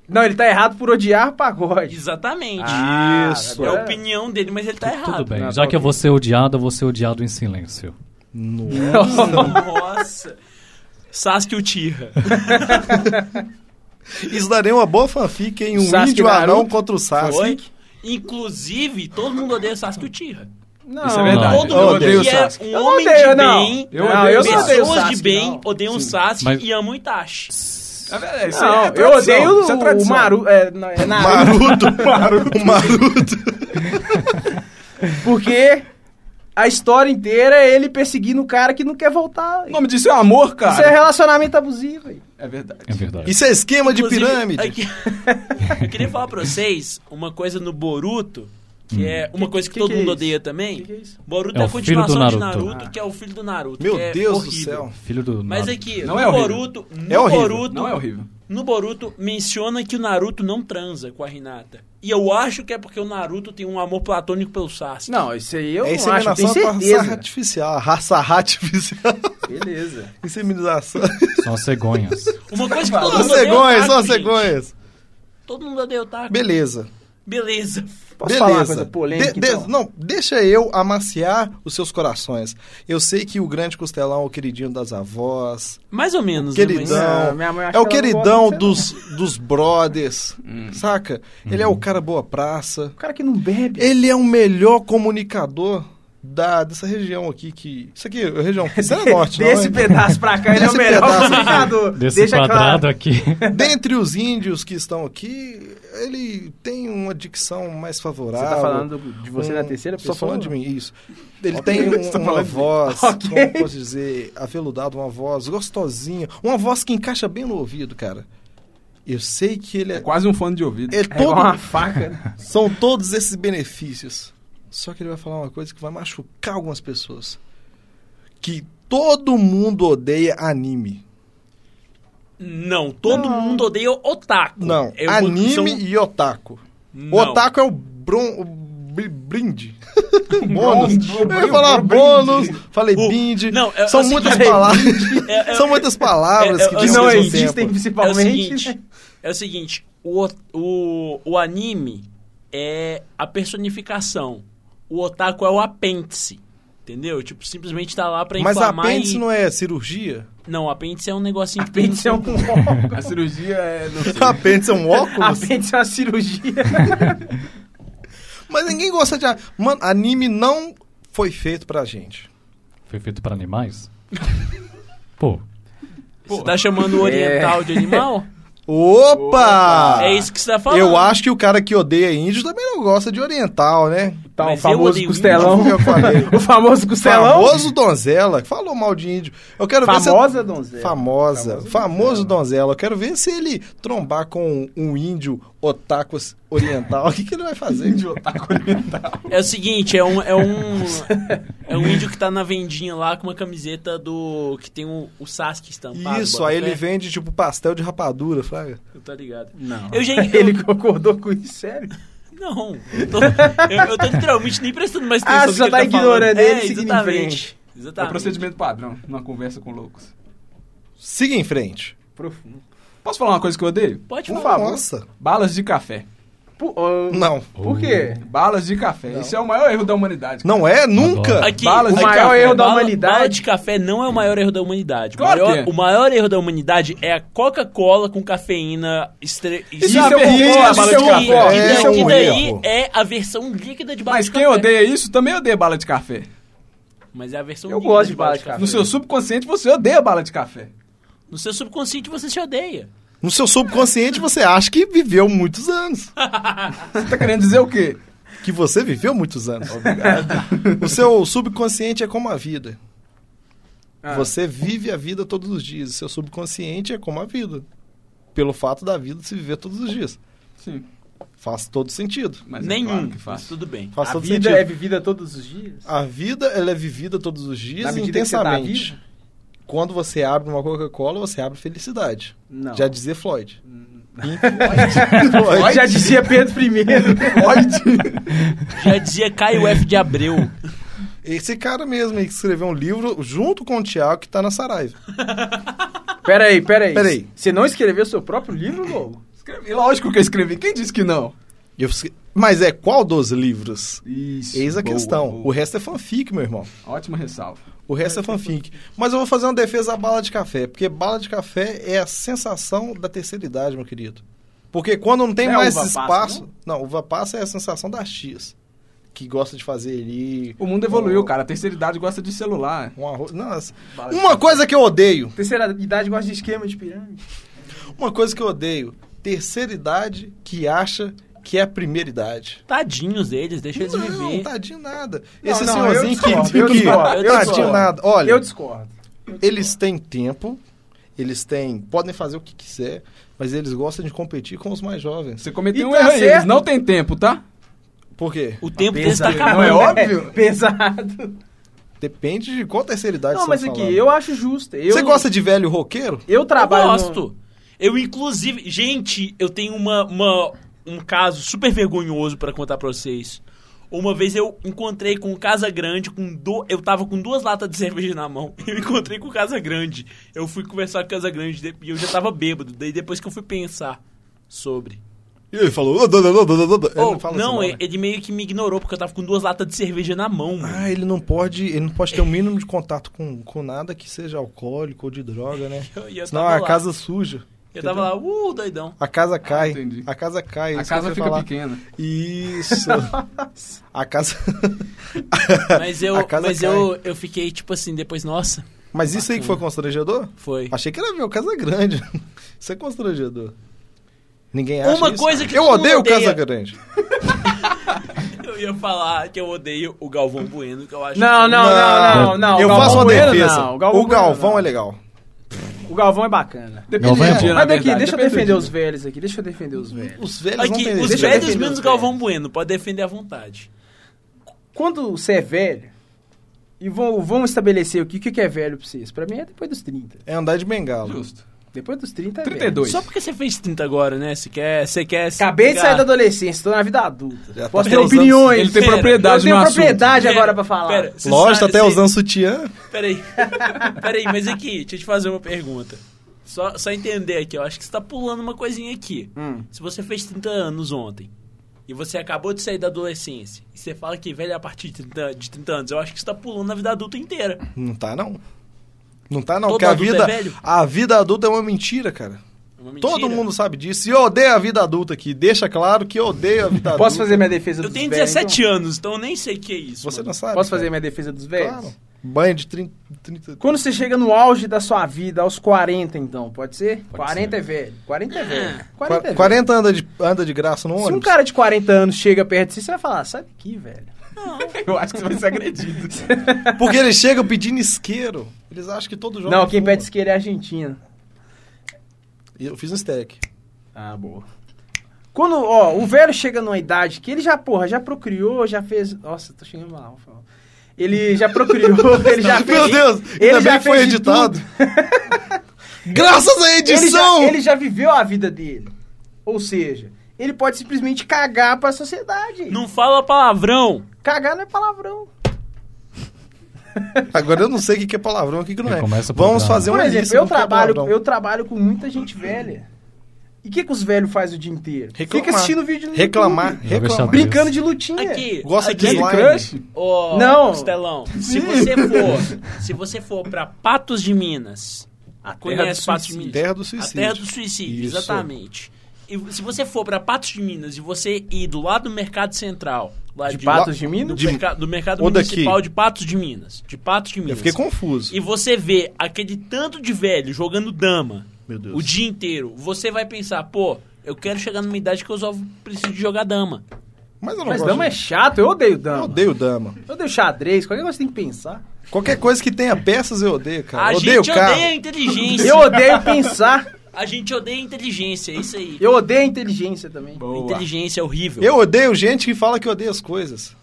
Não, ele tá errado por odiar pagode. Exatamente. Ah, Isso. é a agora- opinião dele, mas ele tá errado. Tudo bem. Não, Já tá que eu ok. vou ser odiado, eu vou ser odiado em silêncio. Nossa. Sasuke Uchiha. Isso daria uma boa fanfic em um Sasuke índio Naruto. anão contra o Sasuke. Foi? Inclusive, todo mundo odeia Sasuke Uchiha. Não, Isso é verdade. Todo eu mundo odeio o que é Sasuke. um Eu homem odeio, de não. bem, Eu odeio o pessoas Sasuke. Eu odeio o de Sasuke, bem não. odeiam o Sasuke Mas- e amam o Itachi. É, isso Não, é eu tradição, odeio isso é o tradição. Maru. É, não, é Naruto. Maruto. Maruto. O Maruto. Porque a história inteira é ele perseguindo o cara que não quer voltar. O nome disso é amor, cara. Isso é relacionamento abusivo. velho. É verdade. É verdade. Isso é esquema de Inclusive, pirâmide. aqui- eu queria falar pra vocês uma coisa no Boruto, que é uma coisa que, que todo que é mundo isso? odeia também. Que que é isso? Boruto É é, o a filho do continuação de Naruto. Naruto, que é o filho do Naruto. Meu que é Deus do horrível. céu. Filho do. Mas nada. aqui, Não no é horrível. Boruto, no É horrível. Boruto, Não é horrível. no Boruto menciona que o Naruto não transa com a Hinata. E eu acho que é porque o Naruto tem um amor platônico pelo Sasuke. Não, isso aí eu é não acho, eu tenho inseminação com a raça certeza. artificial. a Raça artificial. Beleza. Inseminação. São as cegonhas. Uma coisa que todo Só mundo odeia é o cegonhas, só Otaku, gente. cegonhas. Todo mundo odeia o Otaku. Beleza. Beleza. Posso Beleza. falar uma coisa polêmica? De- de- então? Não, deixa eu amaciar os seus corações. Eu sei que o grande costelão é o queridinho das avós, Mais ou menos, né, mas- queridão. Ah, minha mãe acha é o que ela não Hum. queridão gosta de dos, dos brothers, saca? Ele é o cara boa praça. O cara que não bebe. Ele é o melhor comunicador da, dessa região aqui que... Isso aqui é a região Serra Norte, não Desse é? pedaço pra cá, ele é o Desse melhor pedaço aqui. comunicador. Desse Deixa quadrado claro. aqui. Dentre os índios que estão aqui, ele tem uma dicção mais favorável. Um Você tá falando de você na terceira pessoa? Hum, Só falando de mim, isso. Ele tem um- Você tá uma falando de- voz, Ok. como posso dizer, aveludada, uma voz gostosinha, uma voz que encaixa bem no ouvido, cara. Eu sei que ele É é. quase um fone de ouvido. é É igual uma todo, faca. né? são todos esses benefícios. Só que ele vai falar uma coisa que vai machucar algumas pessoas. Que todo mundo odeia anime. Não, todo mundo odeia otaku. Não, É uma anime opção- e otaku. Não. O otaku é o, bron, o bri- brinde. bônus. bron- Eu bron- ia falar brinde. bônus, falei O- binde. não, é- São assim, muitas peraí, palavras. É- é- São muitas palavras é- é- que é- Que dizem não ao mesmo existem, tempo. É o principalmente. né? seguinte, é o seguinte, o, ot- o, o anime é a personificação. O otaku é o apêndice, entendeu? Tipo, simplesmente tá lá pra Mas informar apêndice e... não é cirurgia? Não, apêndice é um negocinho... que tem no Apêndice é um seu- óculos. A cirurgia é. Não sei. Apêndice é um óculos? Apêndice é uma cirurgia. Mas ninguém gosta de... a- Mano, anime não foi feito pra gente. Foi feito pra animais? Pô, Você tá chamando É. o oriental de animal? Opa! É isso que você tá falando. Ah. Eu acho que o cara que odeia índio também não gosta de oriental, né? Tá, o Mas eu famoso odeio costelão. índio. Eu falei. o famoso costelão. Famoso donzela, que falou mal de índio. Eu quero ver se- Famosa donzela. Famosa, É. famoso donzela. Eu quero ver se ele trombar com um índio otaku oriental. O que, que ele vai fazer? Índio otaku oriental. É o seguinte, é um. É um, é um índio que tá na vendinha lá com uma camiseta do. que tem o, o Sasuke estampado. Isso, bota aí fé. ele vende tipo pastel de rapadura, Fraga. Eu tô ligado. Não. Eu já. Ele concordou com isso, sério? Não. Eu tô, eu, eu tô literalmente nem prestando mais atenção. Ah, no você que tá ele falando. ignorando ele, é, seguindo em Exatamente. frente. É o Exatamente. procedimento padrão numa conversa com loucos. Siga em frente. Profundo. Posso falar uma coisa que eu odeio? Pode Por falar. Nossa. Balas de café. Por, oh, Não. por quê? Balas de café. Esse é o maior erro da humanidade. Não é? Nunca? Aqui, Bala de aqui, maior ó, erro da bala- humanidade. Bala de café não é o maior erro da humanidade. Claro o, maior, que é. o maior erro da humanidade é a Coca-Cola com cafeína estre... Isso estre- é perdido, que- isso é um que- erro. que- É que um daí erro. é a versão líquida de bala Mas de quem café. odeia isso também odeia bala de café. Mas é a versão Eu líquida gosto de bala de No seu subconsciente você odeia bala de café. No seu subconsciente você se odeia. No seu subconsciente você acha que viveu muitos anos. Você tá querendo dizer o quê? Que você viveu muitos anos. o seu subconsciente é como a vida. Ah, Você vive a vida todos os dias. O seu subconsciente é como a vida. Pelo fato da vida se viver todos os dias. Sim. Faz todo sentido. Mas é Nenhum. claro que mas faz. tudo bem. Faz a todo vida sentido. é vivida todos os dias? A vida ela é vivida todos os dias Na medida que você tá intensamente. vivo? Quando você abre uma Coca-Cola, você abre felicidade. Não. Hum. Já dizia Floyd. Já dizia Pedro primeiro. Já dizia Caio F. de Abreu. Esse cara mesmo aí que escreveu um livro junto com o Tiago que tá na Saraiva. Peraí, peraí. Peraí. Você não escreveu seu próprio livro, Lobo? Escrevi. Lógico que eu escrevi. Quem disse que não? Eu fiquei- Mas é qual dos livros? Isso. Eis a boa, questão. boa. O resto é fanfic, meu irmão. Ótima ressalva. O resto tipo, é fanfic. Mas eu vou fazer uma defesa à bala de café, porque bala de café é a sensação da terceira idade, meu querido. Porque quando não tem Não é mais uva passa, espaço. não? o uva passa é a sensação das tias. Que gosta de fazer ali. O mundo evoluiu, cara. A terceira idade gosta de celular. Um arroz. Nossa. Bala de Uma coisa que eu odeio. Terceira idade gosta de esquema de pirâmide. Uma coisa que eu odeio. Terceira idade que acha que é a primeira idade. Tadinhos deles, deixa eles Não, tá- viver. tadinho nada. Não, Esse não, eu senhorzinho que. discordo, eu que- discordo, eu Tadinho discordo. nada. Olha. Eu discordo. Eles têm tempo, eles têm. podem fazer o que quiser, mas eles gostam de competir com os mais jovens. Você cometeu E um tá erro aí. certo. Eles não têm tempo, tá? Por quê? O tempo deles tá Pesado. Não acabando. é óbvio? É, pesado. Depende de qual terceira idade Não, você é mas tá aqui, falando. eu acho justo. Eu, Você gosta de velho roqueiro? Eu Eu trabalho. no- gosto. Eu, inclusive... Gente, eu tenho uma, uma- um caso super vergonhoso pra contar pra vocês. Uma vez eu encontrei com o Casa Grande, com do... eu tava com duas latas de cerveja na mão. Eu encontrei com o Casa Grande. Eu fui conversar com o Casa Grande de- e eu já tava bêbado. Daí depois que eu fui pensar sobre. E ele falou. "Oh, dô, dô, dô, dô, dô, dô." Ele Oh, não fala não, assim, ele, né? ele meio que me ignorou porque eu tava com duas latas de cerveja na mão. mano. Ah, ele não pode. Ele não pode ter o mínimo de contato com, com nada que seja alcoólico ou de droga, né? Eu- e eu Senão tava a lá. casa suja. Eu tava lá, uh, doidão. A casa cai. entendi. a casa cai. A É isso que eu casa ia fica falar. pequena. Isso. a casa. Mas eu, A casa mas cai. eu, eu fiquei tipo assim, depois, nossa, Mas isso aí que foi constrangedor? foi. Achei que era meu Casa Grande. Isso é constrangedor. Ninguém acha Uma isso? coisa que Eu todo mundo odeio o odeia. Casa Grande. Eu ia falar que eu odeio o Galvão Bueno, que eu acho. Não, não, não, não, não. Eu O Galvão faço uma Bueno, defesa. não. O Galvão, Bueno, não. é legal. O Galvão é bacana. Depende vai do dia, embora. na Mas daqui, verdade. deixa Depende eu do defender dia. os velhos aqui, deixa eu defender os velhos. Os velhos Aqui, não os Deixa eu velhos defender menos os Galvão velhos. Bueno, pode defender à vontade. Quando você é velho, e vão, vão estabelecer o que, o que que é velho pra vocês. Pra mim é depois dos 30. É andar de bengala. Justo. Depois dos 30 é velho. 32. Só porque você fez 30 agora, né? Você quer. Você quer se Acabei de ligar- sair da adolescência, tô na vida adulta. Já tá Posso ter três anos- opiniões. Ele tem Pera, Eu propriedade tenho no assunto. É, propriedade Pera, agora pra falar. Pera, você Lógico, tá sabe- até você- usando sutiã. Peraí. Peraí, mas aqui, deixa eu te fazer uma pergunta. Só, só entender aqui, eu acho que você tá pulando uma coisinha aqui. Hum. Se você fez 30 anos ontem e você acabou de sair da adolescência e você fala que velho é a partir de 30, de 30 anos, eu acho que você tá pulando a vida adulta inteira. Não tá, não. Não tá, não. Todo Porque a adulto é vida, velho? a vida adulta é uma mentira, cara. É uma Todo mentira. mundo sabe disso. E eu odeio a vida adulta aqui. Deixa claro que eu odeio a vida adulta. Posso fazer minha defesa Eu dos tenho velhos? então? 17 anos, então eu nem sei o que é isso. Você mano. não sabe. Posso cara. fazer minha defesa dos velhos? Claro. Banho de 30... 30... Quando você chega no auge da sua vida, aos 40 então, pode ser? 40 ser. é velho. 40 Ah. é velho. 40 é Qua- velho. 40 anda de, anda de graça no Se um ônibus? cara de 40 anos chega perto de você, você vai falar, sai daqui, velho. Eu acho que você vai ser agredido. Porque eles chegam pedindo isqueiro. Eles acham que todo jovem Não, quem fuma. pede isqueiro é argentino. Eu fiz um stack. Ah, boa. Quando, ó, o velho chega numa idade que ele já, porra, já procriou, já fez... Nossa, tô chegando mal. vou falar. Ele já procriou, ele já fez... Meu Deus, ainda ele bem já que foi fez de editado. tudo. Graças à Ele já, edição! ele já viveu a vida dele. Ou seja, ele pode simplesmente cagar pra sociedade. Não fala palavrão. Cagar não é palavrão. Agora eu não sei o que que é palavrão, o que, que não Ele é. começa né? o Vamos programa. fazer Por uma exemplo, lista eu do que é trabalho, palavrão. eu trabalho com muita gente velha. E o que, que os velhos fazem o dia inteiro? Reclamar. Fica assistindo vídeo no Reclamar, YouTube. reclamar. Joga Brincando de lutinha. Aqui. Gosta de aqui, slime. Crush? Ô, Não. Costelão, se você for, se você for pra Patos de Minas, conhece Patos de Minas? Terra do A suicídio. terra do suicídio, Isso. exatamente. E se você for pra Patos de Minas e você ir do lado do Mercado Central, lá De de, Patos de do, Minas? merca- do Mercado ou daqui? Municipal de Patos de Minas, de Patos de Minas. Eu fiquei confuso. E você vê aquele tanto de velho jogando dama Meu Deus. o dia inteiro, você vai pensar, pô, eu quero chegar numa idade que eu só preciso de jogar dama. Mas eu não Mas gosto. dama é de- chato, eu odeio dama. Eu odeio dama. Eu odeio xadrez, qualquer coisa tem que pensar. Qualquer coisa que tenha peças eu odeio, cara. a Tá. Eu odeio gente carro. odeia a inteligência. Eu odeio pensar. A gente odeia a inteligência, é isso aí. Eu odeio a inteligência também. Boa. Inteligência é horrível. Eu odeio gente que fala que odeia as coisas.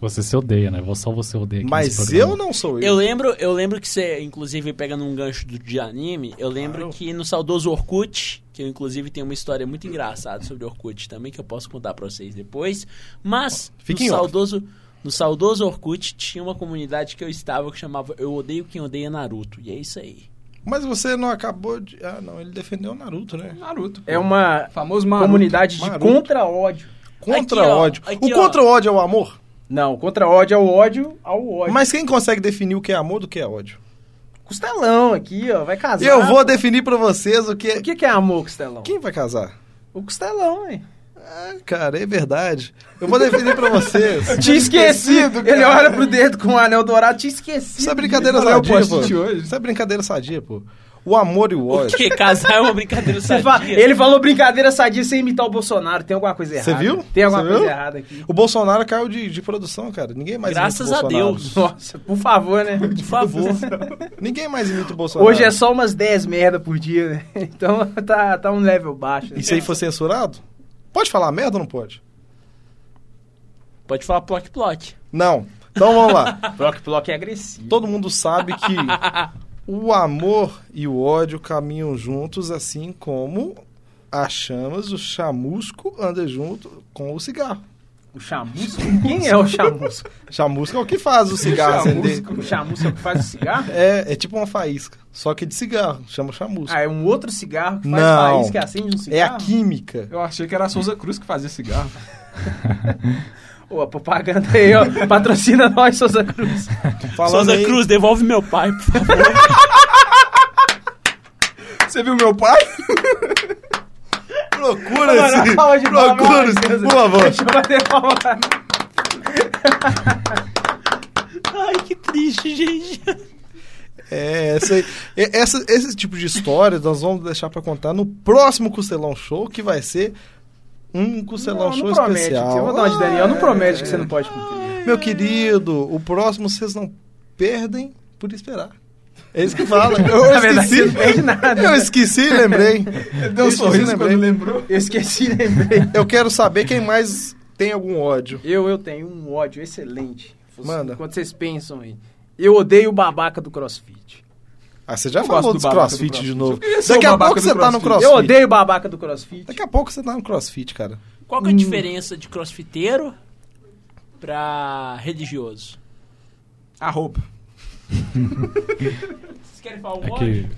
Você se odeia, né? Só você odeia. aqui Mas nesse programa. eu não sou Eu eu. lembro, eu lembro que você, inclusive, pega num gancho do, de anime. Eu lembro que no saudoso Orkut, que eu, inclusive, tenho uma história muito engraçada sobre Orkut também, que eu posso contar pra vocês depois. Mas, Fique em no off. saudoso, no saudoso Orkut, tinha uma comunidade que eu estava que chamava Eu Odeio Quem Odeia Naruto. E é isso aí. Mas você não acabou de. Ah, não, ele defendeu o Naruto, né? Naruto. pô. É uma Famoso Naruto. comunidade de Maroto. contra-ódio. Contra Aqui, ó, ódio. aqui, o ó. contra ódio é o amor? Não, contra-ódio é o ódio ao ódio. Mas quem consegue definir o que é amor do que é ódio? Costelão aqui, ó, vai casar. Eu vou definir pra vocês o que é. O que, que é amor, Costelão? Quem vai casar? O Costelão, hein? Ah, cara, é verdade. Eu vou definir pra vocês. Tipo, Tinha esquecido. Ele olha pro dedo com o anel dourado, tinha esquecido. Isso é brincadeira Olha o sadia, pô. post-it hoje. Isso é brincadeira sadia, pô. O amor e o ódio. Porque casar é uma brincadeira Você sadia. fala- ele falou brincadeira sadia sem imitar o Bolsonaro. Tem alguma coisa Você errada. viu? Tem alguma Você coisa viu? errada aqui. O Bolsonaro caiu de, de produção, cara. Ninguém mais Graças imita o a Bolsonaro. Deus. Nossa, por favor, né? Por favor. Ninguém mais imita o Bolsonaro. Hoje é só umas 10 merda por dia, né? Então tá, tá um level baixo. né? E se aí for censurado? Pode falar merda ou não pode? Pode falar ploc-ploc. Não. Então vamos lá. Block Block é agressivo. Todo mundo sabe que o amor e o ódio caminham juntos, assim como as chamas, o chamusco anda junto com o cigarro. O chamusco? Quem é o chamusco? Chamusco é o que faz o cigarro acender. O chamusco é o que faz o cigarro? É, é tipo uma faísca, só que de cigarro, chama chamusco. Ah, é um outro cigarro que faz Não. país que acende um É cigarro? a química. Eu achei que era a Souza Cruz que fazia cigarro. Ô, a propaganda aí, ó. Patrocina nós, Souza Cruz. Falando Souza aí- Cruz, devolve meu pai, por favor. Você viu meu pai? Procura Agora, esse. palma de palma, Procura esse, Souza. por favor. Deixa eu bater palma. Ai, que triste, gente. É, essa, aí- é- essa- esse tipo de história nós vamos deixar pra contar no próximo Costelão Show, que vai ser um Costelão Show especial. Eu vou dar uma de Ah, Daniel. Não promete que você não pode cumprir. Meu querido, o próximo vocês não perdem por esperar. É isso que fala. Eu Na verdade, você não esqueci. perde nada. Eu esqueci e lembrei. Deu Eu um esqueci, sorriso lembrei. quando lembrou. Eu esqueci, lembrei. Eu quero saber quem mais tem algum ódio. Eu, eu tenho um ódio excelente. Vocês- Manda. Quando vocês pensam aí. Eu odeio o babaca do crossfit. Ah, você já Eu falou gosto do dos babaca do crossfit crossfit. de novo. Eu ia ser Daqui o a babaca pouco do você tá no crossfit. crossfit. Eu odeio o babaca do crossfit. Daqui a pouco você tá no crossfit, cara. Qual que é a diferença de crossfiteiro pra religioso? A roupa. Vocês querem falar É um que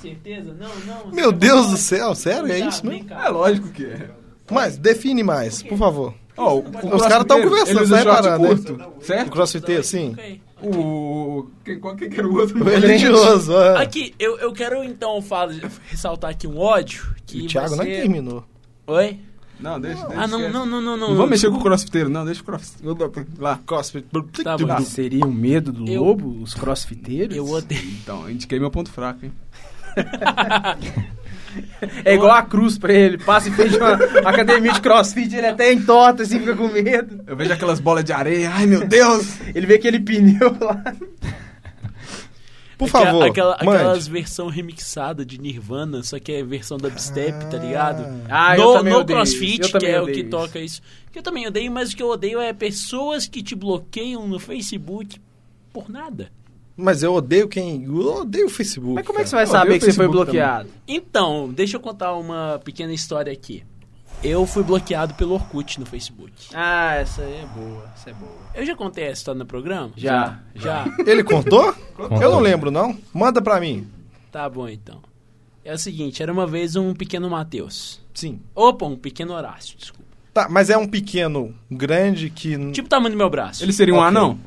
Certeza? Não, não. Meu Deus do céu, sério? Tá É isso mesmo? É lógico que é. Mas define mais, por favor. Ó, o- Os caras tão crossfiteiro, conversando, ele usa sai short parado, curto, O certo? crossfiteiro, sim. O... Quem, qual que era o outro? O religioso. é. Aqui, eu, eu quero então fala- ressaltar aqui um ódio. Que E o Thiago não é vai ser- terminou. Oi? Não, deixa, deixa. Ah, não, não, não, não. Não, Não vou mexer com o crossfiteiro, não. Deixa o crossfiteiro. Lá. Crossfit. Tá bom. Tipo, Seria o medo do Eu- lobo? Os crossfiteiros? Eu odeio. Então, indiquei meu ponto fraco, hein? É igual a cruz pra ele. Passa em frente a uma academia de crossfit, ele até entorta assim, fica com medo. Eu vejo aquelas bolas de areia. Ai, meu Deus! Ele vê aquele pneu lá. Por Aquela- favor, Aquela, mande. aquelas versão remixada de Nirvana, só que é versão da Upstep, tá ligado? Ah, eu no também no odeio CrossFit, isso. Eu que também é o odeio que isso. toca isso. Que eu também odeio, mas o que eu odeio é pessoas que te bloqueiam no Facebook por nada. Mas eu odeio quem... Eu odeio o Facebook. Mas como é que você cara. vai Eu odeio saber que você foi Facebook bloqueado? Então, deixa eu contar uma pequena história aqui. Eu fui bloqueado pelo Orkut no Facebook. Ah, essa aí é boa. Essa é boa. Eu já contei essa história no programa? Já. Já? Ele contou? Contou. Eu não lembro, não. Manda pra mim. Tá bom, então. É o seguinte, era uma vez um pequeno Mateus. Sim. Opa, um pequeno Horácio, desculpa. Tá, mas é um pequeno, um grande que. Hum. n- Tipo o tamanho do meu braço. Ele seria um Ok. anão?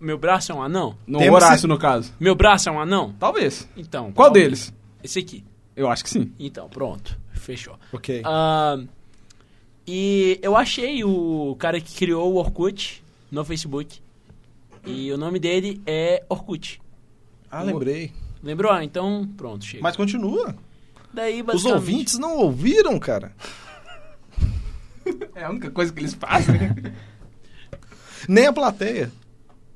Meu braço é um anão? No Temos Horácio, se- no caso. Meu braço é um anão? Talvez. Então. Qual deles? Esse aqui. Eu acho que sim. Então, pronto. Fechou. Ok. Ah, e eu achei o cara que criou o Orkut no Facebook. E o nome dele é Orkut. Ah, lembrei. Lembrou? Ah, então, pronto, chega. Mas continua. Daí, Os basicamente, ouvintes não ouviram, cara. É a única coisa que eles fazem. Nem a plateia.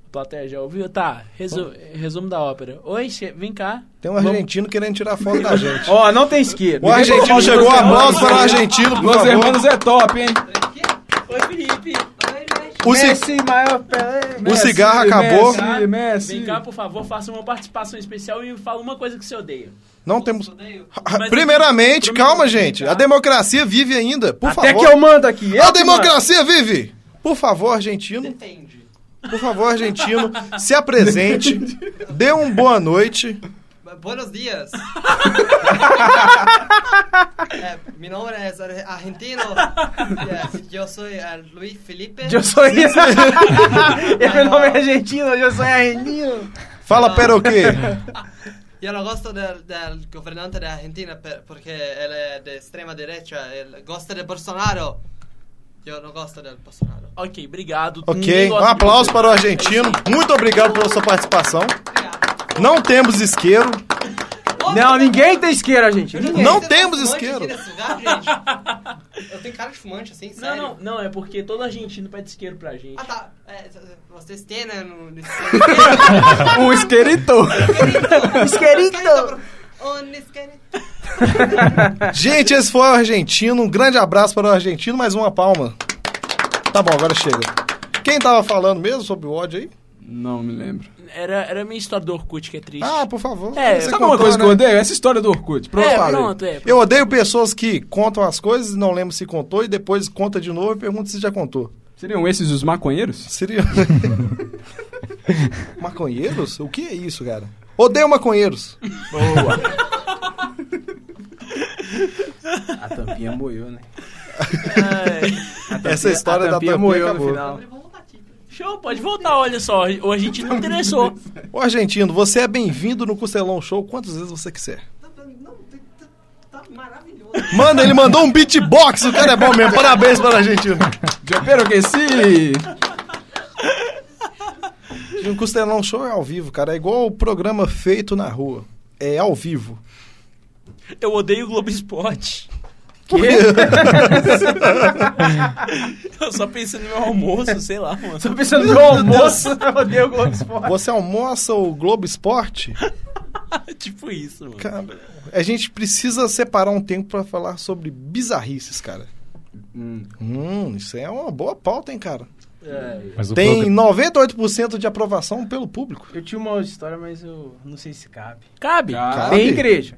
A plateia já ouviu? Tá, resu- resumo da ópera. Oi, che- vem cá. Tem um argentino querendo tirar foto da gente. Ó, não tem esquerda. O argentino chegou, aplauso para o um argentino, por Los favor. Hermanos é top, hein? Oi, Felipe. O, ci- Messi, maior Pelé, o Messi. cigarro acabou. Messi, Messi. Vem cá, por favor, faça uma participação especial e fala uma coisa que você odeia. Não temos. Mas- Primeiramente, calma, gente. A democracia vive ainda. Por Até favor. que eu mando aqui. eu A que mando. democracia vive! Por favor, argentino. Por favor, argentino, se apresente. Dê um boa noite. Buenos días. Eh, mi nombre es ar- argentino. Yes, yo soy eh, Luis Felipe. Eu sou isso. Eu, meu nome é argentino, eu sou argentino. Fala, pera o quê? Yo no gosto del, del gobernante de Argentina per- porque él es de extrema derecha. Él gosta de Bolsonaro. Yo no gosto del Bolsonaro. Ok, obrigado. Ok. Um Ninguém gosta de aplauso você. para o argentino. Muito obrigado pela sua participação. Não temos isqueiro. Não, ninguém tem isqueiro, gente. Ninguém. Não Você temos fumante isqueiro. aqui nesse lugar, gente? Eu tenho cara de fumante assim, Não, sério. não, não, é porque todo argentino pede isqueiro pra gente. Ah tá, É, vocês têm, né? No, nesse... Um esquerito. Isquerito! Um isquerito! Gente, esse foi o argentino. Um grande abraço para o argentino. Mais uma palma. Tá bom, agora chega. Quem tava falando mesmo sobre o ódio aí? Não me lembro. Era, era a minha história do Orkut que é triste. Ah, por favor. É, Você Sabe uma contou, coisa né? que eu odeio? Essa história do Orkut. Pronto, é, falei. pronto, é. Eu odeio pessoas que contam as coisas e não lembram se contou e depois conta de novo e pergunta se já contou. Seriam esses os maconheiros? Seria. maconheiros? O que é isso, cara? Odeio maconheiros. A tampinha moiou, né? Ai. Essa história a da tampinha tampinha moiou acabou. no final. Show, pode voltar, olha só. O argentino me interessou. Ô, argentino, você é bem-vindo no Costelão Show quantas vezes você quiser. Tá maravilhoso! Mano, ele mandou um beatbox, o cara é bom mesmo. Parabéns para o argentino. Eu pero que sim! E O Costelão Show é ao vivo, cara. É igual o programa feito na rua. É ao vivo. Eu odeio o Globo Esporte. Eu só pensei no meu almoço, sei lá, mano. Tô pensando no almoço, eu odeio o Globo Esporte. Você almoça o Globo Esporte? tipo isso, mano. Cara, a gente precisa separar um tempo pra falar sobre bizarrices, cara. Hum, isso é uma boa pauta, hein, cara? Mas o Tem progra- 98% de aprovação pelo público. Eu tinha uma outra história, mas eu não sei se cabe. Cabe. Cara, Cabe? Tem igreja.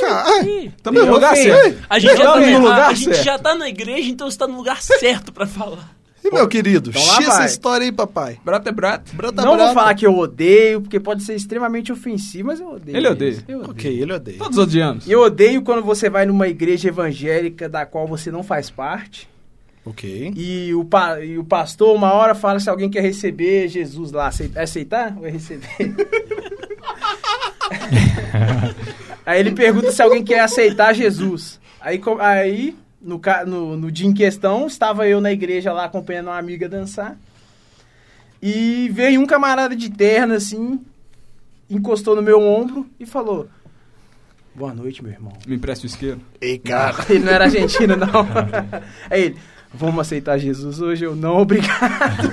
Cara, Ih, também Eu no lugar sei. certo. A gente, já tá, Estamos na- no lugar a gente certo. já tá na igreja, então você tá no lugar certo pra falar. e meu querido, Então lá X essa vai. história aí, papai. Brota é brota. Brota, Não vou brota. falar que eu odeio, porque pode ser extremamente ofensivo, mas eu odeio. Ele odeia. Eu odeio. Ok, ele odeia. Todos odiamos. E eu odeio quando você vai numa igreja evangélica da qual você não faz parte. Ok. E o, pa- e o pastor, uma hora, fala se alguém quer receber Jesus lá. Aceitar? aceitar ou é receber? aí ele pergunta se alguém quer aceitar Jesus. Aí, co- aí no, ca- no, no dia em questão, estava eu na igreja lá acompanhando uma amiga dançar. E veio um camarada de terno assim, encostou no meu ombro e falou: Boa noite, meu irmão. Me empresta o isqueiro. É É Ei, cara. Ele não era argentino, não. Aí ele, vamos aceitar Jesus hoje? Eu não, obrigado.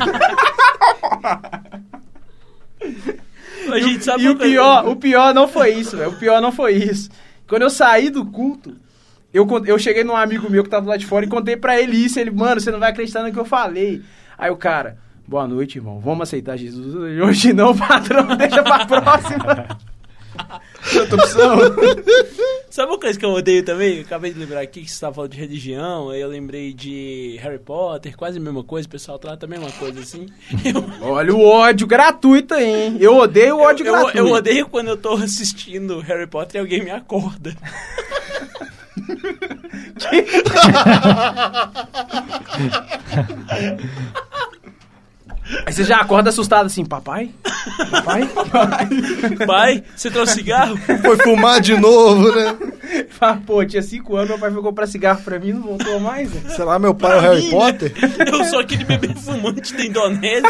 A gente sabe E o uma coisa. pior, o pior não foi isso, velho. O pior não foi isso. Quando eu saí do culto, eu, con- eu cheguei num amigo meu que tava lá de fora e contei pra ele isso. Ele, mano, você não vai acreditar no que eu falei. Aí o cara, boa noite, irmão. Vamos aceitar Jesus hoje? Hoje não, patrão. Deixa pra próxima. Tanta opção. Sabe uma coisa que eu odeio também? Eu acabei de lembrar aqui que você estava falando de religião, aí eu lembrei de Harry Potter, quase a mesma coisa, o pessoal trata a mesma coisa assim. Eu, Olha o ódio gratuito aí, hein? Eu odeio o ódio eu, gratuito. eu odeio quando eu tô assistindo Harry Potter e alguém me acorda. Aí você já acorda assustado assim, papai? Papai? Pai, você trouxe cigarro? Ah, Foi fumar de novo, né? Fala, pô, tinha cinco anos, meu pai foi comprar cigarro pra mim, não voltou mais. né? Sei lá, meu pai é o Harry Potter. Eu sou aquele bebê fumante da Indonésia.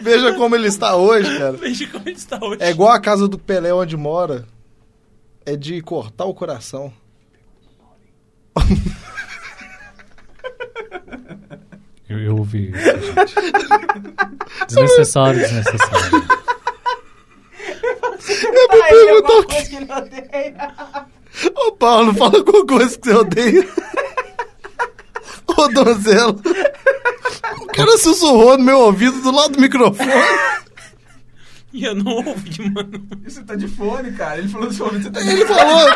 Veja como ele está hoje, cara. Veja como ele está hoje. É igual a casa do Pelé onde mora. É de cortar o coração. Eu, eu ouvi isso, gente. Desnecessário, desnecessário. Eu vou é perguntar o que... Ô Paulo, fala alguma coisa que você odeia. Ô donzelo. O cara sussurrou no meu ouvido do lado do microfone. E eu não ouvi, mano. Você tá de fone, cara. Ele falou seu ouvido, você tá de Ele falou.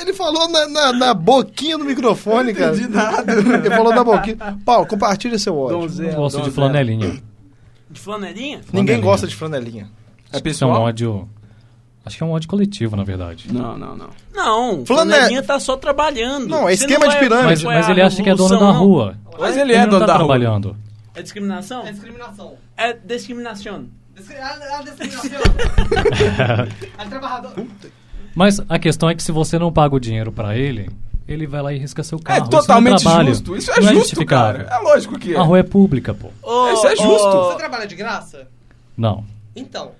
Ele falou na, na- na boquinha do microfone, cara. de nada. Ele falou na boquinha. Paulo, compartilha seu ódio. Eu Donzela, gosto de donzela. flanelinha. De flanelinha? Ninguém Flanelinha. gosta de flanelinha. É Isso é um pessoal? ódio. Acho que é um ódio coletivo, na verdade. Não, não, não. Não, Flane- flanelinha tá só trabalhando. Não, é Você esquema vai- de pirâmide. Mas, não mas a ele acha que é dono revolução, da não. rua. Mas ele é não dono tá da rua. trabalhando. É discriminação? É discriminação. É discriminação. Discri a, a discriminação. Al trabajador. Mas a questão é que se você não paga o dinheiro pra ele, ele vai lá e risca seu É carro. Isso não totalmente trabalho. justo. Isso é Não justo, justificável. cara. É lógico que é. A rua é pública, pô. Ô, Isso é ô, justo. Você trabalha de graça? Não. Então.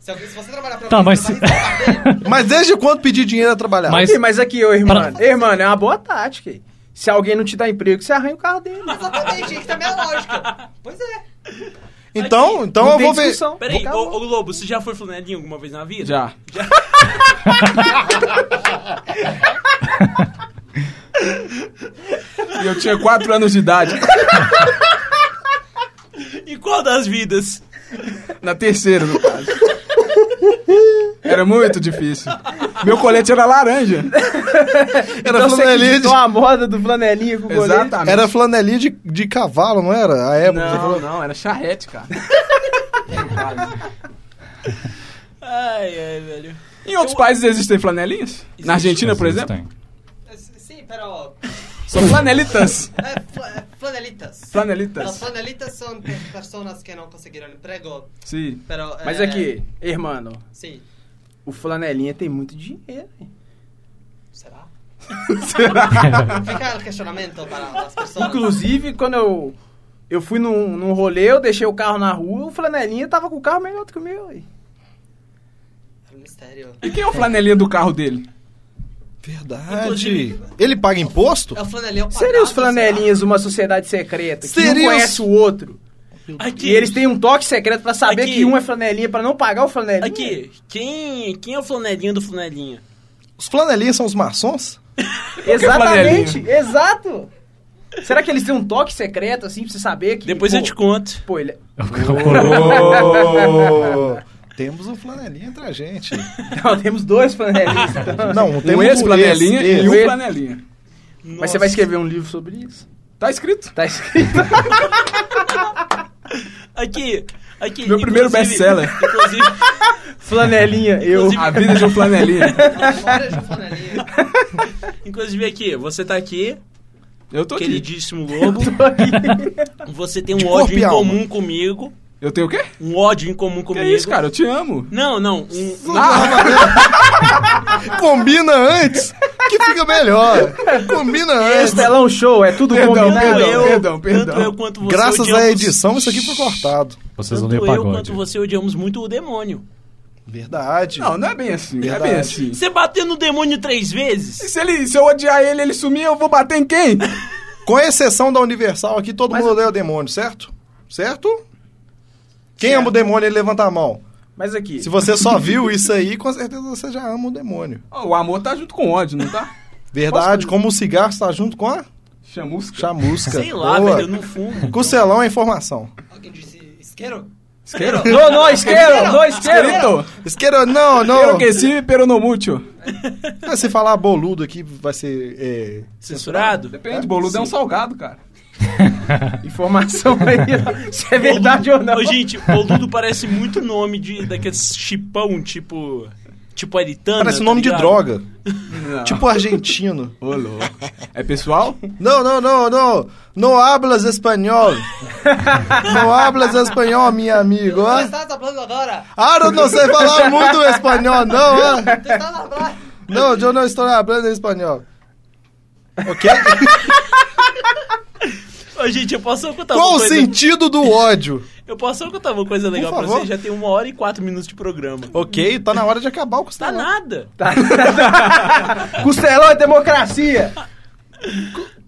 Se, alguém- se você trabalhar pra Tá, alguém, mas você se- vai receber dele. Mas desde quando pedir dinheiro é trabalhar? Mas- Ih, mas aqui, ô irmão. Pra- Irmão, é uma boa tática. hein? Se alguém não te dá emprego, você arranha o carro dele. Exatamente, isso também é lógica. Pois é. Então, então Não eu tem vou ver. discussão. Peraí, ô, Acabou. ô Lobo, você já foi flanelinha alguma vez na vida? Já. E eu tinha 4 anos de idade. E qual das vidas? Na terceira, no caso. Era muito difícil. Meu colete era laranja. Era Então você flanelinha de, acreditou a moda do flanelinha com o goleiro? Exatamente. era flanelinha de, de cavalo, não era? A época. você Não, falou. não, era charrete, cara. Ai, ai, velho. Em outros países existem flanelinhas? Na Argentina, por exemplo? Existem. É, s- Sim, pero. São flanelitas. É, fla- é, flanelitas. As Flanelitas. flanelitas são pe- pessoas que não conseguiram emprego, Sim. pero. Mas é, aqui, irmão, Sim. o flanelinha tem muito dinheiro. hein? Será? Será? Fica o questionamento para as pessoas. Inclusive, quando eu, eu fui num, num rolê, eu deixei o carro na rua, o flanelinha tava com o carro melhor do que o meu. hein? É um mistério. E quem é o flanelinha do carro dele? Verdade. Ele paga imposto? É o flanelão pagado. Seria os será? flanelinhas uma sociedade secreta que Seria os- um conhece o outro? Aqui, E eles têm um toque secreto pra saber Aqui. que um é flanelinha pra não pagar o flanelinha? Aqui, quem, quem é o flanelinha do flanelinha? Os flanelinhas são os maçons? Exatamente, exato. Será que eles têm um toque secreto assim pra você saber que Depois pô, eu te conto. Pô, ele... O cara falou, Temos um flanelinha entre a gente. Não, temos dois flanelinhas. então. Não, Um temos ex-flanelinha esse- e um esse. flanelinha. Mas você vai escrever um livro sobre isso? Tá escrito. Tá escrito. Aqui, aqui. Meu primeiro inclusive- best-seller. Inclusive, Flanelinha, eu. A vida de um flanelinha. Olha, João Flanelinha. inclusive aqui, você tá aqui, Eu tô aqui. queridíssimo Lobo. Você tem um corpo ódio e em alma. comum comigo. Eu tenho o quê? Um ódio em comum Que comigo. isso, cara? Eu te amo. Ah! Não, não. um- um- Combina antes, que fica melhor. Combina antes. Estelão Show, é tudo Perdão, combinado. perdão, eu, perdão, perdão. Tanto eu quanto você Graças odiamos- à edição, isso aqui foi cortado. Vocês Tanto odeiam eu pagode. quanto você odiamos muito o demônio. Verdade. Não, não é bem assim. não Verdade. É bem assim. Você bateu no demônio três vezes? Se, ele, se eu odiar ele, ele sumir, eu vou bater em quem? Com exceção da Universal aqui, todo mundo odeia o demônio, certo? Certo? Quem ama o demônio, ele levanta a mão. Mas aqui, Se você só viu isso aí, com certeza você já ama o demônio. Ó, o amor tá junto com o ódio, não tá? Verdade, como o cigarro está junto com a Chamusca. chamusca. Sei lá, Boa. velho, eu não fumo. Cocelão é informação. Alguém disse isqueiro? Isqueiro? No, no, isqueiro, no, isqueiro. Isquerito. Isqueiro, não, Pero não. que sí, pero no mucho. Ah, Se falar boludo aqui, vai ser. é, Censurado? Depende, boludo é um salgado, cara. Informação aí, ó, se é verdade ou não. Ô, gente, boludo parece muito nome de, daqueles chipão, tipo. Tipo eritana. Parece tá nome de ligado? droga. Não. Tipo argentino. Ô, louco. É pessoal? Não, não, não, não. Não hablas espanhol. Não hablas espanhol, meu amigo. Tu Ah, estás falando tá agora. eu não sei falar muito espanhol, não. ah. Tu estás falando. Não, eu não estou falando espanhol. Ok? Ô, gente, eu posso contar Qual uma o coisa? sentido do ódio? Eu posso contar uma coisa legal pra favor. vocês? Já tem uma hora e quatro minutos de programa. Ok, tá na hora de acabar o Tá costelão. nada. Costelão é democracia.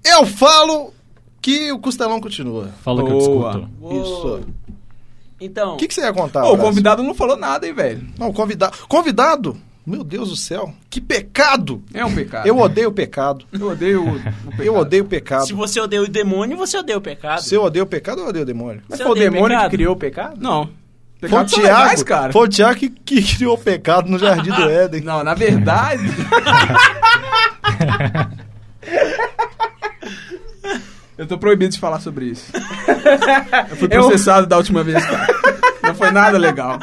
Eu falo que o costelão continua. Fala que eu Boa. discuto. Isso. Então, O que, que você ia Ô, contar? o Horácio? convidado não falou nada, hein, velho. Não, convidado. Convidado? Meu Deus do céu. Que pecado! É um pecado. Eu odeio pecado. Eu odeio o, o pecado. Eu odeio pecado. se você odeia o demônio, você odeia o pecado. Se eu odeio o pecado, eu odeio o demônio. Mas Você foi o odeia demônio pecado? que criou o pecado? Não. Foi o Pecados são legais, Tiago, cara. foi o Tiago que, que criou o pecado no Jardim do Éden. Não, na verdade... Eu tô proibido de falar sobre isso. Eu fui Eu- processado da última vez, cara. Não foi nada legal.